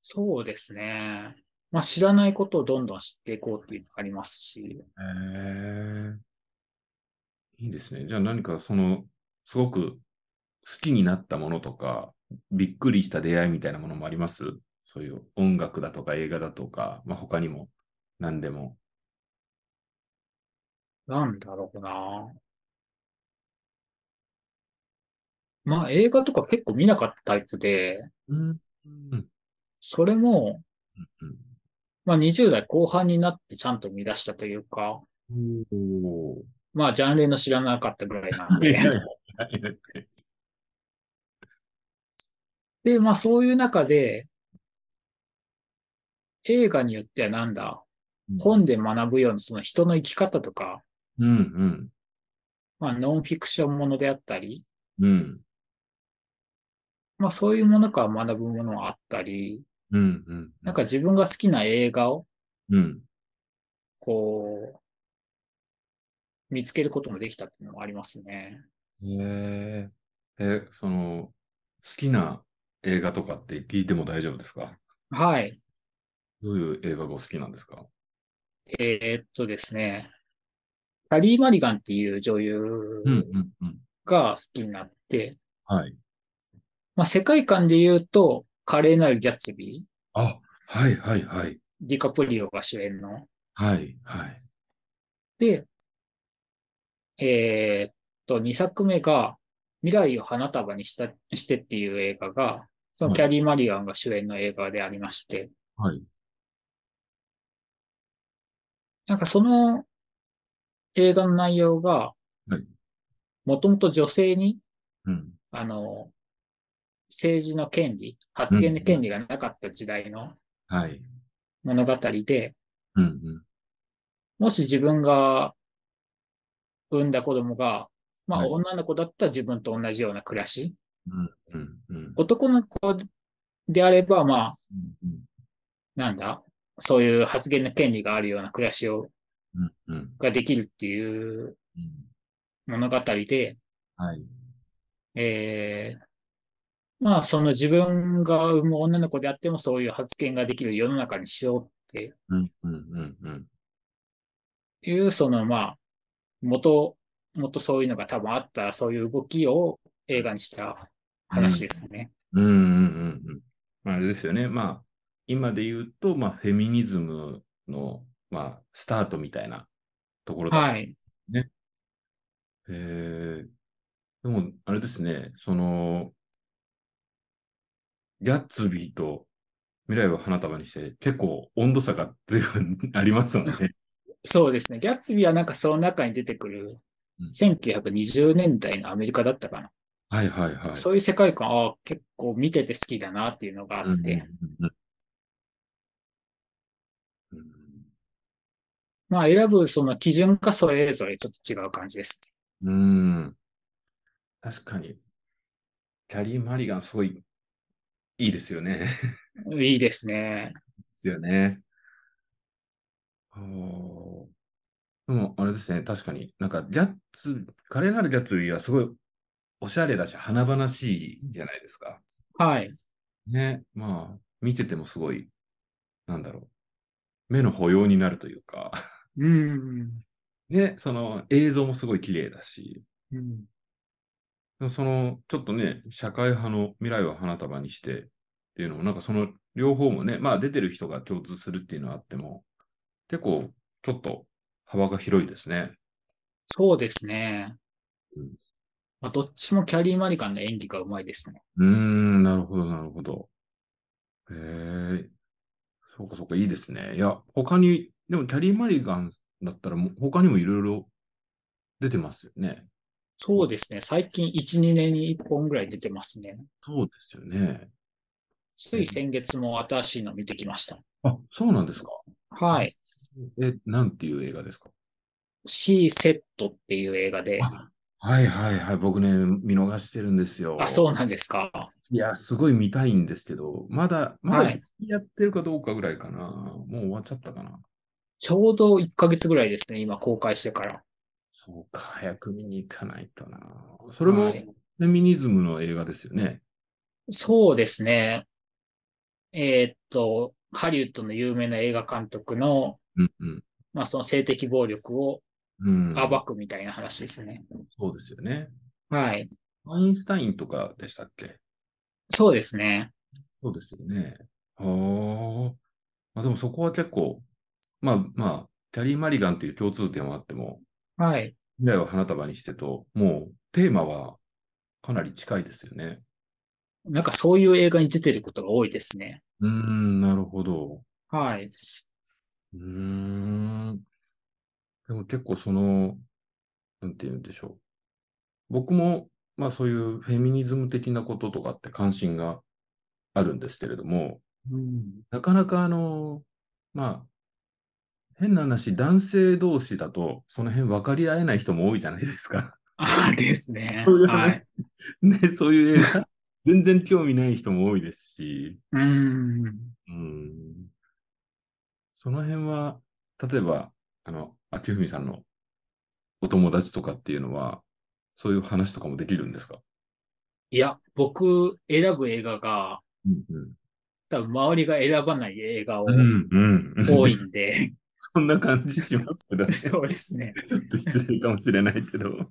そうですね。まあ知らないことをどんどん知っていこうっていうのがありますし。へえ。いいですね。じゃあ、何かその、すごく好きになったものとか、びっくりした出会いみたいなものもありますそういう音楽だとか映画だとか、まあ、他にも何でも。なんだろうな。まあ映画とか結構見なかったタイプで、うん。うん。それも、うんまあ20代後半になってちゃんと見出したというか、おまあジャンルの知らなかったぐらいなんで。で、まあそういう中で、映画によってはなんだ、本で学ぶようなその人の生き方とか、うんまあノンフィクションものであったり、うんうんまあそういうものから学ぶものがあったり、うんうんなんか自分が好きな映画をうんこう、見つけることもできたっていうのもありますね。へええその好きな映画とかって聞いても大丈夫ですかはい。どういう映画がお好きなんですかえーっとですね。タリー・マリガンっていう女優うんうんが好きになって、はいまあ世界観で言うと、華麗なるギャッツビー、あはいはいはいディカプリオが主演の。はいはいで、えーっと、2作目が、未来を花束にしたしてっていう映画が、そのキャリー・マリガンが主演の映画でありまして、はいなんかその映画の内容がはい、もともと女性に、うんあの、政治の権利、発言の権利がなかった時代のはい物語で、うんうんもし自分が産んだ子供が、まはあい女の子だったら自分と同じような暮らし、うんうんうん男の子であれば、まあ、うんなんだ、そういう発言の権利があるような暮らしを、うんうんができるっていううん物語で、はいえーまあ、その自分が産む女の子であってもそういう発言ができる世の中にしようっうんうんうんうんていう、そのまあ、元、元そういうのが多分あった、そういう動きを映画にした話ですね。うんうんうんうん。まああれですよね。まあ、今で言うと、まあ、フェミニズムの、まあ、スタートみたいなところだ。はい。へえでも、あれですね、その、ギャッツビーと未来を花束にして、結構温度差が随分ありますよ ね。そうですね。ギャッツビーはなんかその中に出てくるうん、 1920年代のアメリカだったかな。はいはいはい。そういう世界観、ああ、結構見てて好きだなっていうのがあうっんうんて、うんうんまあ選ぶその基準がそれぞれちょっと違う感じです。うーん。確かに。キャリー・マリガン、すごい、いいですよね。いいですね。ですよね。おでも、あれですね、確かに、なんか、ギャッツ、華麗なるギャッツビーはすごい、おしゃれだし、華々しいじゃないですか。はい。ね。まあ、見ててもすごい、なんだろう。目の保養になるというか。うん。ね、その映像もすごい綺麗だし。うんでもその、ちょっとね、社会派の未来を花束にしてっていうのも、なんかその両方もね、まあ出てる人が共通するっていうのはあっても、結構、ちょっと幅が広いですね。そうですねうん。まあ、どっちもキャリー・マリカンの演技がうまいですね。うーん、なるほど、なるほど。へえ、そうか、そうか、いいですね。いや、他に、でもキャリー・マリガンだったらもう、他にもいろいろ出てますよね。そうですね。最近1、2年に1本ぐらい出てますね。そうですよね。つい先月も新しいの見てきました。あ、そうなんですか。はい。え、なんていう映画ですかシーセットっていう映画で。あはいはいはい。僕ね、見逃してるんですよ。あ、そうなんですか。いや、すごい見たいんですけど、まだ、まはだいやってるかどうかぐらいかな。もう終わっちゃったかな。ちょうど1ヶ月ぐらいですね、今公開してから。そうか、早く見に行かないとな。それもはフいェミニズムの映画ですよね。そうですね。えーっと、ハリウッドの有名な映画監督の、うんうん。まあその性的暴力をうん、暴くみたいな話ですね。そうですよね。はい。アインスタインとかでしたっけそうですね。そうですよね。はあ。まあでもそこは結構、まあまあ、キャリー・マリガンっていう共通点はあっても、はい。未来を花束にしてと、もうテーマはかなり近いですよね。なんかそういう映画に出てることが多いですね。うーん、なるほど。はい。うーん。でも結構その、なんて言うんでしょう。僕も、まあそういうフェミニズム的なこととかって関心があるんですけれども、うん。なかなかあの、まあ、変な話、男性同士だと、その辺分かり合えない人も多いじゃないですか。ああです ね。そういうは話い。ね、そういう映画、全然興味ない人も多いですし、うん。うんその辺は、例えば、あの、秋文さんのお友達とかっていうのは、そういう話とかもできるんですかいや、僕選ぶ映画が、うんうん。多分周りが選ばない映画をうんうん。多いんで、 そんな感じしますけどね、ちょそうですね。っと失礼かもしれないけど。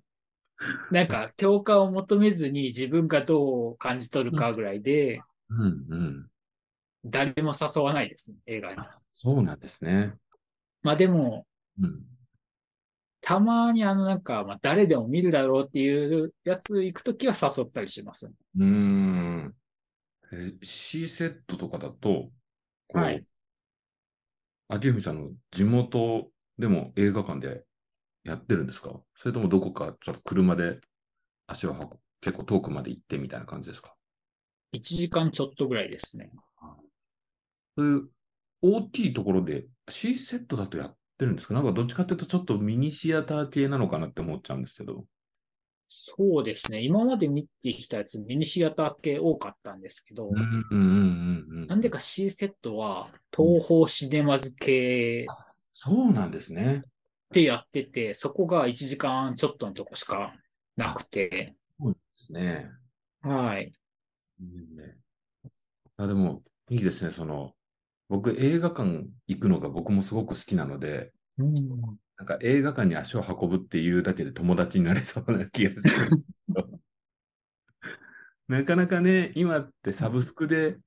なんか共感を求めずに自分がどう感じ取るかぐらいで、うんうん。誰も誘わないですね、映画に。そうなんですね。まあでも、うん。たまにあのなんか、まあ誰でも見るだろうっていうやつ行くときは誘ったりします。うーん。え、C セットとかだと、こう、はい秋文さんの地元でも映画館でやってるんですかそれともどこかちょっと車で足を運ぶ、結構遠くまで行ってみたいな感じですか1時間ちょっとぐらいですね。そういう大きいところで C セットだとやってるんですかなんかどっちかっていうとちょっとミニシアター系なのかなって思っちゃうんですけど。そうですね。今まで見てきたやつ、ミニシアター系多かったんですけど、うんうんうんうん。なんでか C セットは東方シネマズ系そうなんですね。でやってて、そこが1時間ちょっとのとこしかなくて、そうですね。はい。うんねあ、でも、いいですね。その、僕、映画館行くのが僕もすごく好きなので、うんなんか映画館に足を運ぶっていうだけで友達になれそうな気がするんですけど。 なかなかね、今ってサブスクで、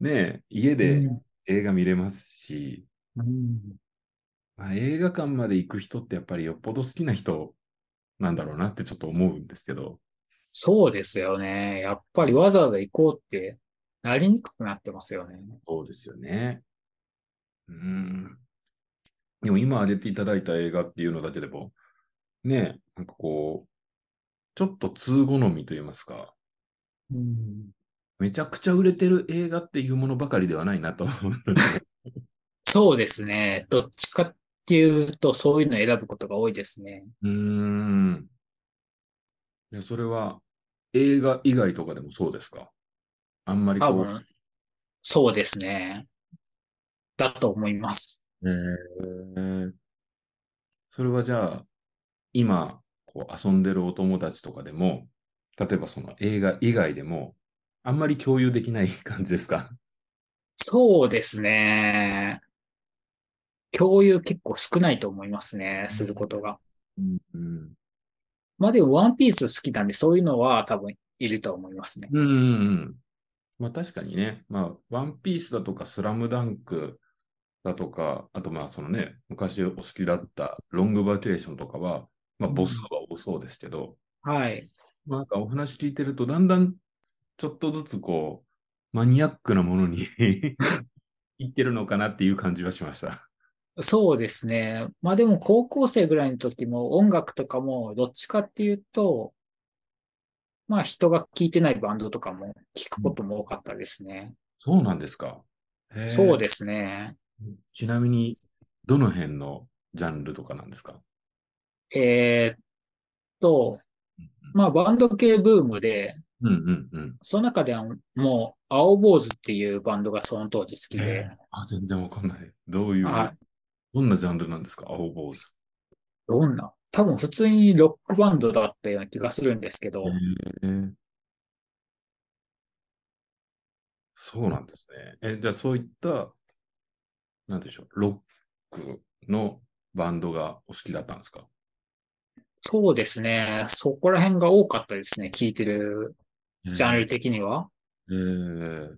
ね、家で映画見れますし、うんまあ、映画館まで行く人ってやっぱりよっぽど好きな人なんだろうなってちょっと思うんですけど。そうですよね。やっぱりわざわざ行こうってなりにくくなってますよね。そうですよね。うん。でも今挙げていただいた映画っていうのだけでも、ねえ、なんかこう、ちょっと通好みと言いますか、うんめちゃくちゃ売れてる映画っていうものばかりではないなと思うので。そうですね。どっちかっていうと、そういうのを選ぶことが多いですね。うーん。いや、それは映画以外とかでもそうですかあんまりこ多う、分、そうですね。だと思います。えーそれはじゃあ、今、こう遊んでるお友達とかでも、例えばその映画以外でも、あんまり共有できない感じですかそうですね。共有結構少ないと思いますね。することが。うん。うんまあでも、ワンピース好きなんで、そういうのは多分いると思いますね。うんうん。まあ確かにね、まあ、ワンピースだとか、スラムダンクだとか、あとまあそのね、昔お好きだったロングバケーションとかは、まあ母数は多そうですけど、はい。まあなんかお話聞いてると、だんだんちょっとずつこう、マニアックなものに いってるのかなっていう感じはしました。そうですね。まあでも高校生ぐらいの時も音楽とかもどっちかっていうと、まあ人が聴いてないバンドとかも聴くことも多かったですね。そうなんですか。へえそうですね。ちなみに、どの辺のジャンルとかなんですかえーっと、まあ、バンド系ブームで、うんうんうん。その中ではもう、青坊主っていうバンドがその当時好きで、あ、全然わかんない。どういう、はいどんなジャンルなんですか青坊主。どんな、多分普通にロックバンドだったような気がするんですけど、へえそうなんですね。え、じゃあそういった、なんでしょう、ロックのバンドがお好きだったんですかそうですね、そこら辺が多かったですね、聴いてるジャンル的には。えー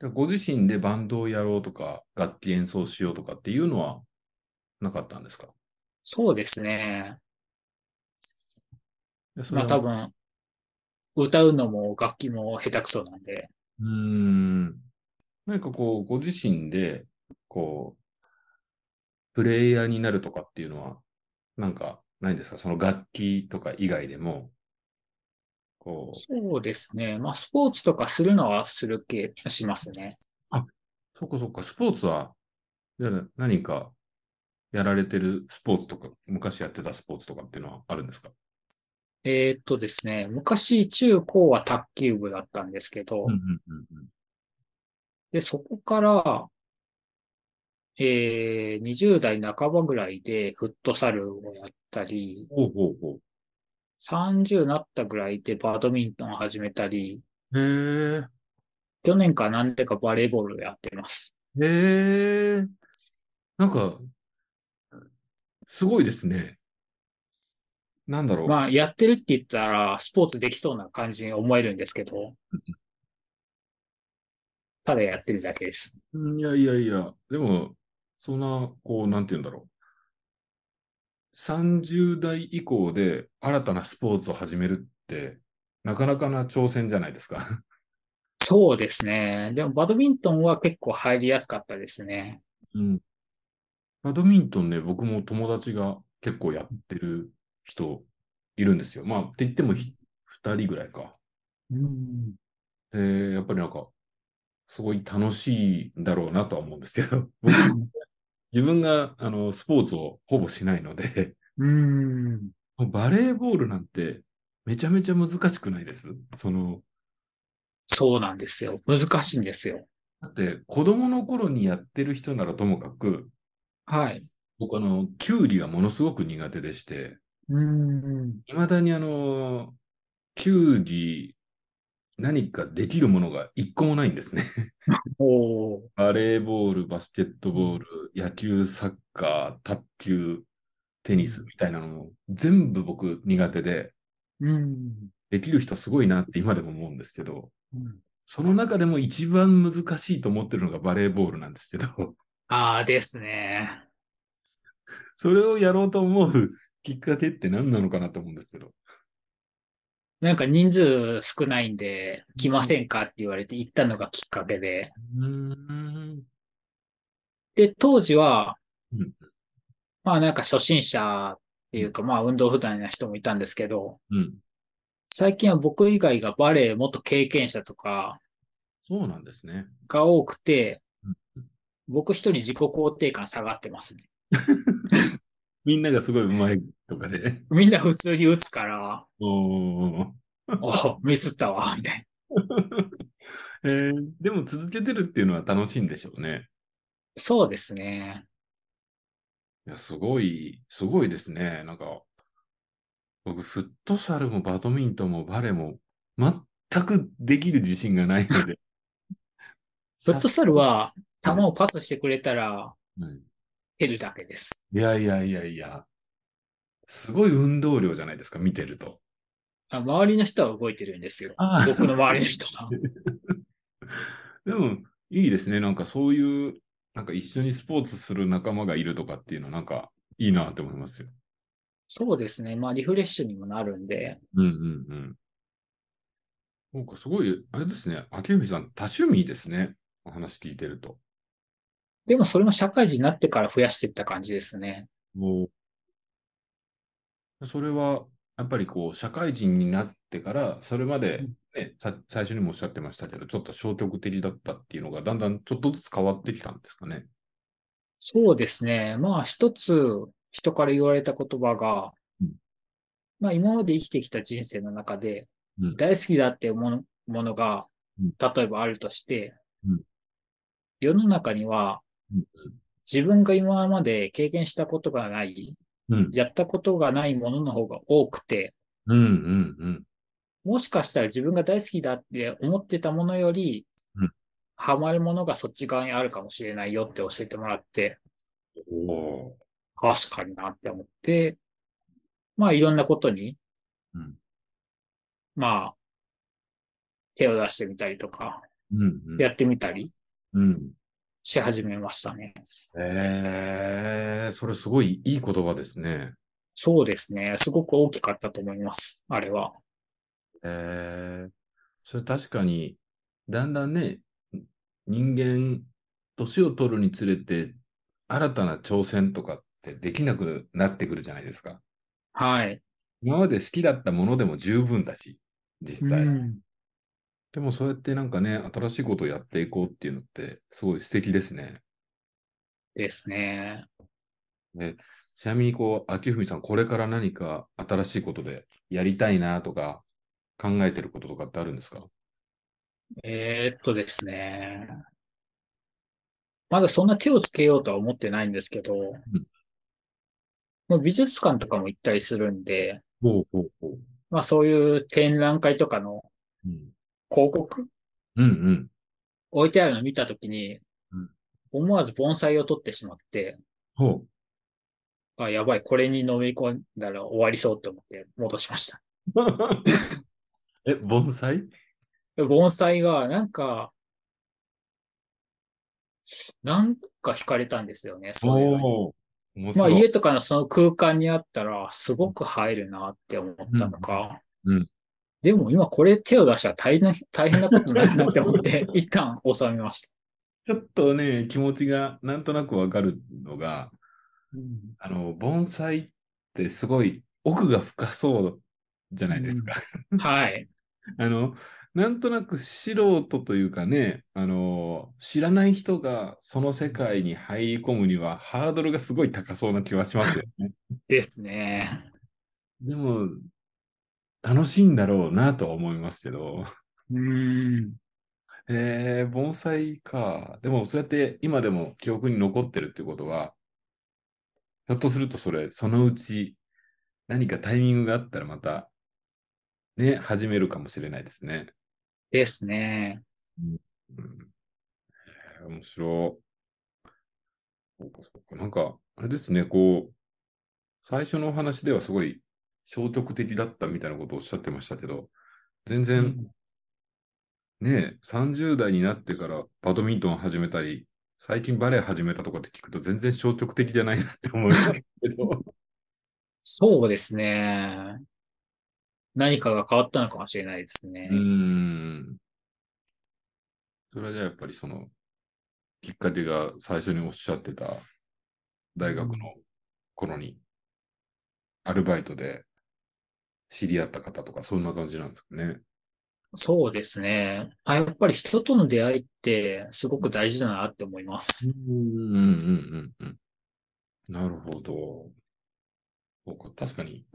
でご自身でバンドをやろうとか、楽器演奏しようとかっていうのはなかったんですかそうですね。でそれまあは多分、歌うのも楽器も下手くそなんで、うーん。何かこう、ご自身で、こう、プレイヤーになるとかっていうのは、なんか、ないんですかその楽器とか以外でも、こう、そうですね。まあスポーツとかするのはする気がしますね。そっかそっか、スポーツは、じゃあ何かやられてるスポーツとか、昔やってたスポーツとかっていうのはあるんですかえーっとですね、昔中高は卓球部だったんですけど、んうんうん。で、そこから、えー、20代半ばぐらいでフットサルをやったり、ほうほうほ30になったぐらいでバドミントンを始めたり、う。へえ。去年から何でかバレーボールをやってます。へえ、なんか、すごいですね。なんだろう。まあ、やってるって言ったら、スポーツできそうな感じに思えるんですけ ど、ただやってるだけです。うんいやいやいや、でも、そんな、こう、なんて言うんだろう。30代以降で新たなスポーツを始めるって、なかなかな挑戦じゃないですか。そうですね。でも、バドミントンは結構入りやすかったですね。うん。バドミントンね、僕も友達が結構やってる人いるんですよ。まあ、って言ってもひ2人ぐらいか。うん。で、やっぱりなんか、すごい楽しいんだろうなとは思うんですけど、 僕自分があのスポーツをほぼしないので、うん。バレーボールなんてめちゃめちゃ難しくないですその、そうなんですよ。難しいんですよ。だって子供の頃にやってる人ならともかく、はい。僕あの、キュウリがものすごく苦手でして、うん。いまだにあの、キュウリ、何かできるものが一個もないんですね。 おーバレーボール、バスケットボール、野球、サッカー、卓球、テニスみたいなのも全部僕苦手で、うん。できる人すごいなって今でも思うんですけど、うんその中でも一番難しいと思ってるのがバレーボールなんですけど、 ああですね。それをやろうと思うきっかけって何なのかなと思うんですけど。なんか人数少ないんで、来ませんかって言われて行ったのがきっかけで。うん。で、当時はうん、まあなんか初心者っていうか、まあ運動不断な人もいたんですけど、うん。最近は僕以外がバレエ元経験者とかそうなんですね。が多くてうん、僕一人自己肯定感下がってますね。みんながすごい上手いとかで。 みんな普通に打つから、おー。おミスったわ、みたいな。えーでも続けてるっていうのは楽しいんでしょうね。そうですね。いや、すごい、すごいですね。なんか、僕、フットサルもバドミントンもバレーも全くできる自信がないので。 フットサルは球をパスしてくれたらうん蹴るだけです。いやいやいやいや、すごい運動量じゃないですか、見てると。あ周りの人は動いてるんですよ。あ僕の周りの人 が。でも、いいですね。なんかそういう、なんか一緒にスポーツする仲間がいるとかっていうのは、なんかいいなって思いますよ。そうですね。まあリフレッシュにもなるんで、うんうんうん。なんかすごい、あれですね、秋文さん、多趣味ですね。お話聞いてると。でもそれも社会人になってから増やしていった感じですね。もうそれは、やっぱりこう、社会人になってから、それまで、ね、さ最初にもおっしゃってましたけど、ちょっと消極的だったっていうのが、だんだんちょっとずつ変わってきたんですかね。そうですね。まあ一つ人から言われた言葉が、うんまあ今まで生きてきた人生の中でうん、大好きだって思うものがうん、例えばあるとしてうん、世の中にはうん自分が今まで経験したことがない、うん。やったことがないものの方が多くて、うんうんうん。もしかしたら自分が大好きだって思ってたものよりうん、ハマるものがそっち側にあるかもしれないよって教えてもらって、おー確かになって思って、まあいろんなことに、うんまあ、手を出してみたりとか、うんうん。やってみたりうん。し始めましたね。ええそれすごいいい言葉ですね。そうですね。すごく大きかったと思います。あれは。ええそれ確かに、だんだんね、人間、年を取るにつれて、新たな挑戦とかってできなくなってくるじゃないですか。はい。今まで好きだったものでも十分だし、実際。うんでもそうやってなんかね、新しいことをやっていこうっていうのって、すごい素敵ですね。ですね。ちなみにこう、秋文さん、これから何か新しいことでやりたいなとか、考えてることとかってあるんですかえーっとですね。まだそんな手をつけようとは思ってないんですけど、もう美術館とかも行ったりするんで、ほうほうほう。まあそういう展覧会とかのうん、広告うん、うん。置いてあるの見たときにうん、思わず盆栽を取ってしまって、ほう。あ、やばい、これに飲み込んだら終わりそうと思って戻しました。 え、盆栽で盆栽が、なんか、なんか惹かれたんですよね、そういうのに。おお。面ま白あい。家とかのその空間にあったら、すごく入るなって思ったのか。うんうんでも今これ手を出したら大変 な、大変なことになるなって 思って、一旦収めました。ちょっとね、気持ちがなんとなくわかるのが、あの、盆栽ってすごい奥が深そうじゃないですか。はい。 あの、なんとなく素人というかね、あの、知らない人がその世界に入り込むにはハードルがすごい高そうな気はします よね。ですね。でも、楽しいんだろうなとは思いますけど。うん。えー、盆栽か。でも、そうやって今でも記憶に残ってるってことは、ひょっとするとそれ、そのうち何かタイミングがあったらまた、ね、始めるかもしれないですね。ですね。うんへえ面白い。そうかそうか。なんか、あれですね、こう、最初のお話ではすごい消極的だったみたいなことをおっしゃってましたけど、全う然んね、30代になってからバドミントン始めたり、最近バレエ始めたとかって聞くと全然消極的じゃないなって思いますけど、そうですね。何かが変わったのかもしれないですねう。ーん。それはじゃあやっぱりその、きっかけが最初におっしゃってた大学の頃に、アルバイトで知り合った方とか、そんな感じなんですかね。そうですね。あ、やっぱり人との出会いってすごく大事だなって思います。うんうんうんうん。なるほど。そうか、確か に。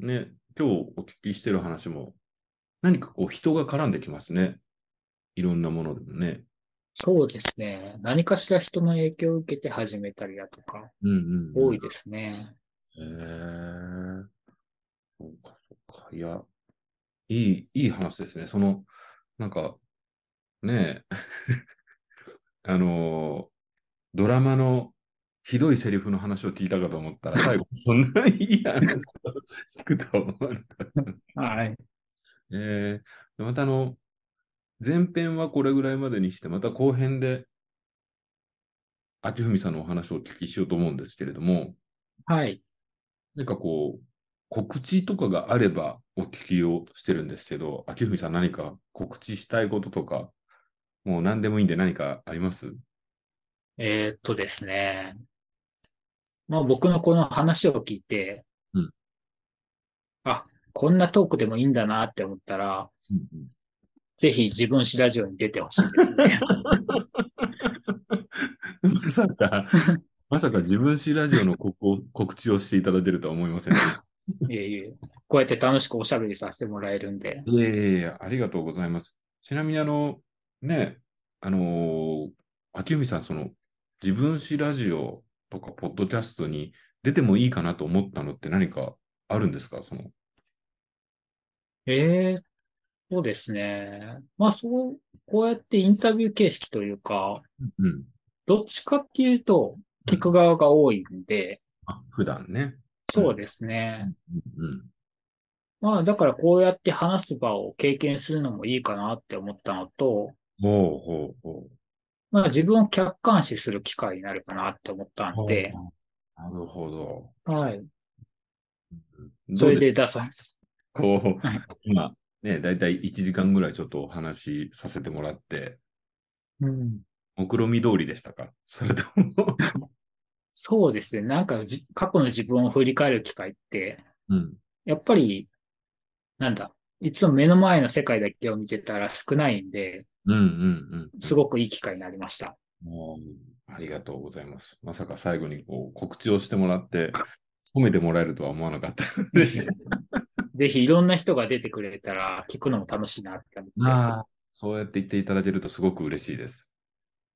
ね、今日お聞きしてる話も、何かこう人が絡んできますね。いろんなものでもね。そうですね。何かしら人の影響を受けて始めたりだとか、うんうんうん多いですね。へえそうか、そうか。いや、いい、いい話ですね。その、なんか、ねえ、 あのドラマのひどいセリフの話を聞いたかと思ったら、最後、そんないい話を聞くとは思わなかった。はい。 えー、またあの、前編はこれぐらいまでにして、また後編で、秋文さんのお話をお聞きしようと思うんですけれども、はい。なんかこう、告知とかがあればお聞きをしてるんですけど、秋文さん何か告知したいこととか、もう何でもいいんで何かありますえーっとですね。まあ僕のこの話を聞いてうん、あ、こんなトークでもいいんだなって思ったら、ぜひ自分史ラジオに出てほしいです ね。ま さか、まさか自分史ラジオのここ告知をしていただけるとは思いませんでしたいえいえ。こうやって楽しくおしゃべりさせてもらえるんで。いやいやいや、ありがとうございます。ちなみに、あの、ね、あのー、秋海さん、その、自分史ラジオとか、ポッドキャストに出てもいいかなと思ったのって何かあるんですかその、ええそうですね。まあ、そう、こうやってインタビュー形式というか、うん。どっちかっていうと、聞く側が多いんで、あ、普段ね。そうですね。うん。まあ、だからこうやって話す場を経験するのもいいかなって思ったのと、ほうほうほう。まあ、自分を客観視する機会になるかなって思ったんで、なるほど。はい。どうそれで出さ、こうはい、 今、ね、だいたい1時間ぐらいちょっとお話しさせてもらって、うん。目論見通りでしたかそれとも。そうですね。なんかじ、過去の自分を振り返る機会って、うん。やっぱり、なんだ、いつも目の前の世界だけを見てたら少ないんで、うんうんうん。すごくいい機会になりました。もうありがとうございます。まさか最後にこう告知をしてもらって、褒めてもらえるとは思わなかったので。ぜひいろんな人が出てくれたら聞くのも楽しいなって思って。ああ、そうやって言っていただけるとすごく嬉しいです。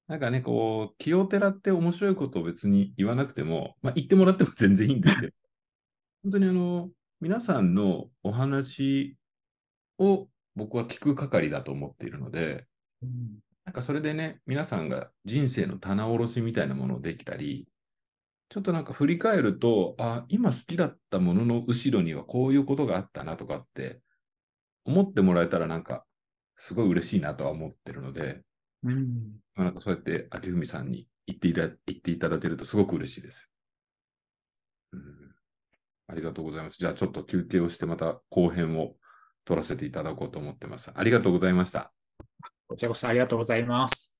なんかね、こう、気をてらって面白いことを別に言わなくても、まあ、言ってもらっても全然いいんですけど、本当にあの、皆さんのお話を僕は聞く係だと思っているので、うんなんかそれでね、皆さんが人生の棚卸しみたいなものをできたり、ちょっとなんか振り返ると、あ、今好きだったものの後ろにはこういうことがあったなとかって思ってもらえたらなんかすごい嬉しいなとは思ってるので、うん。まあなんかそうやって秋文さんに言っていた言っていただけるとすごく嬉しいです。うん、ありがとうございます。じゃあちょっと休憩をしてまた後編を取らせていただこうと思ってます。ありがとうございました。こちらこそありがとうございます。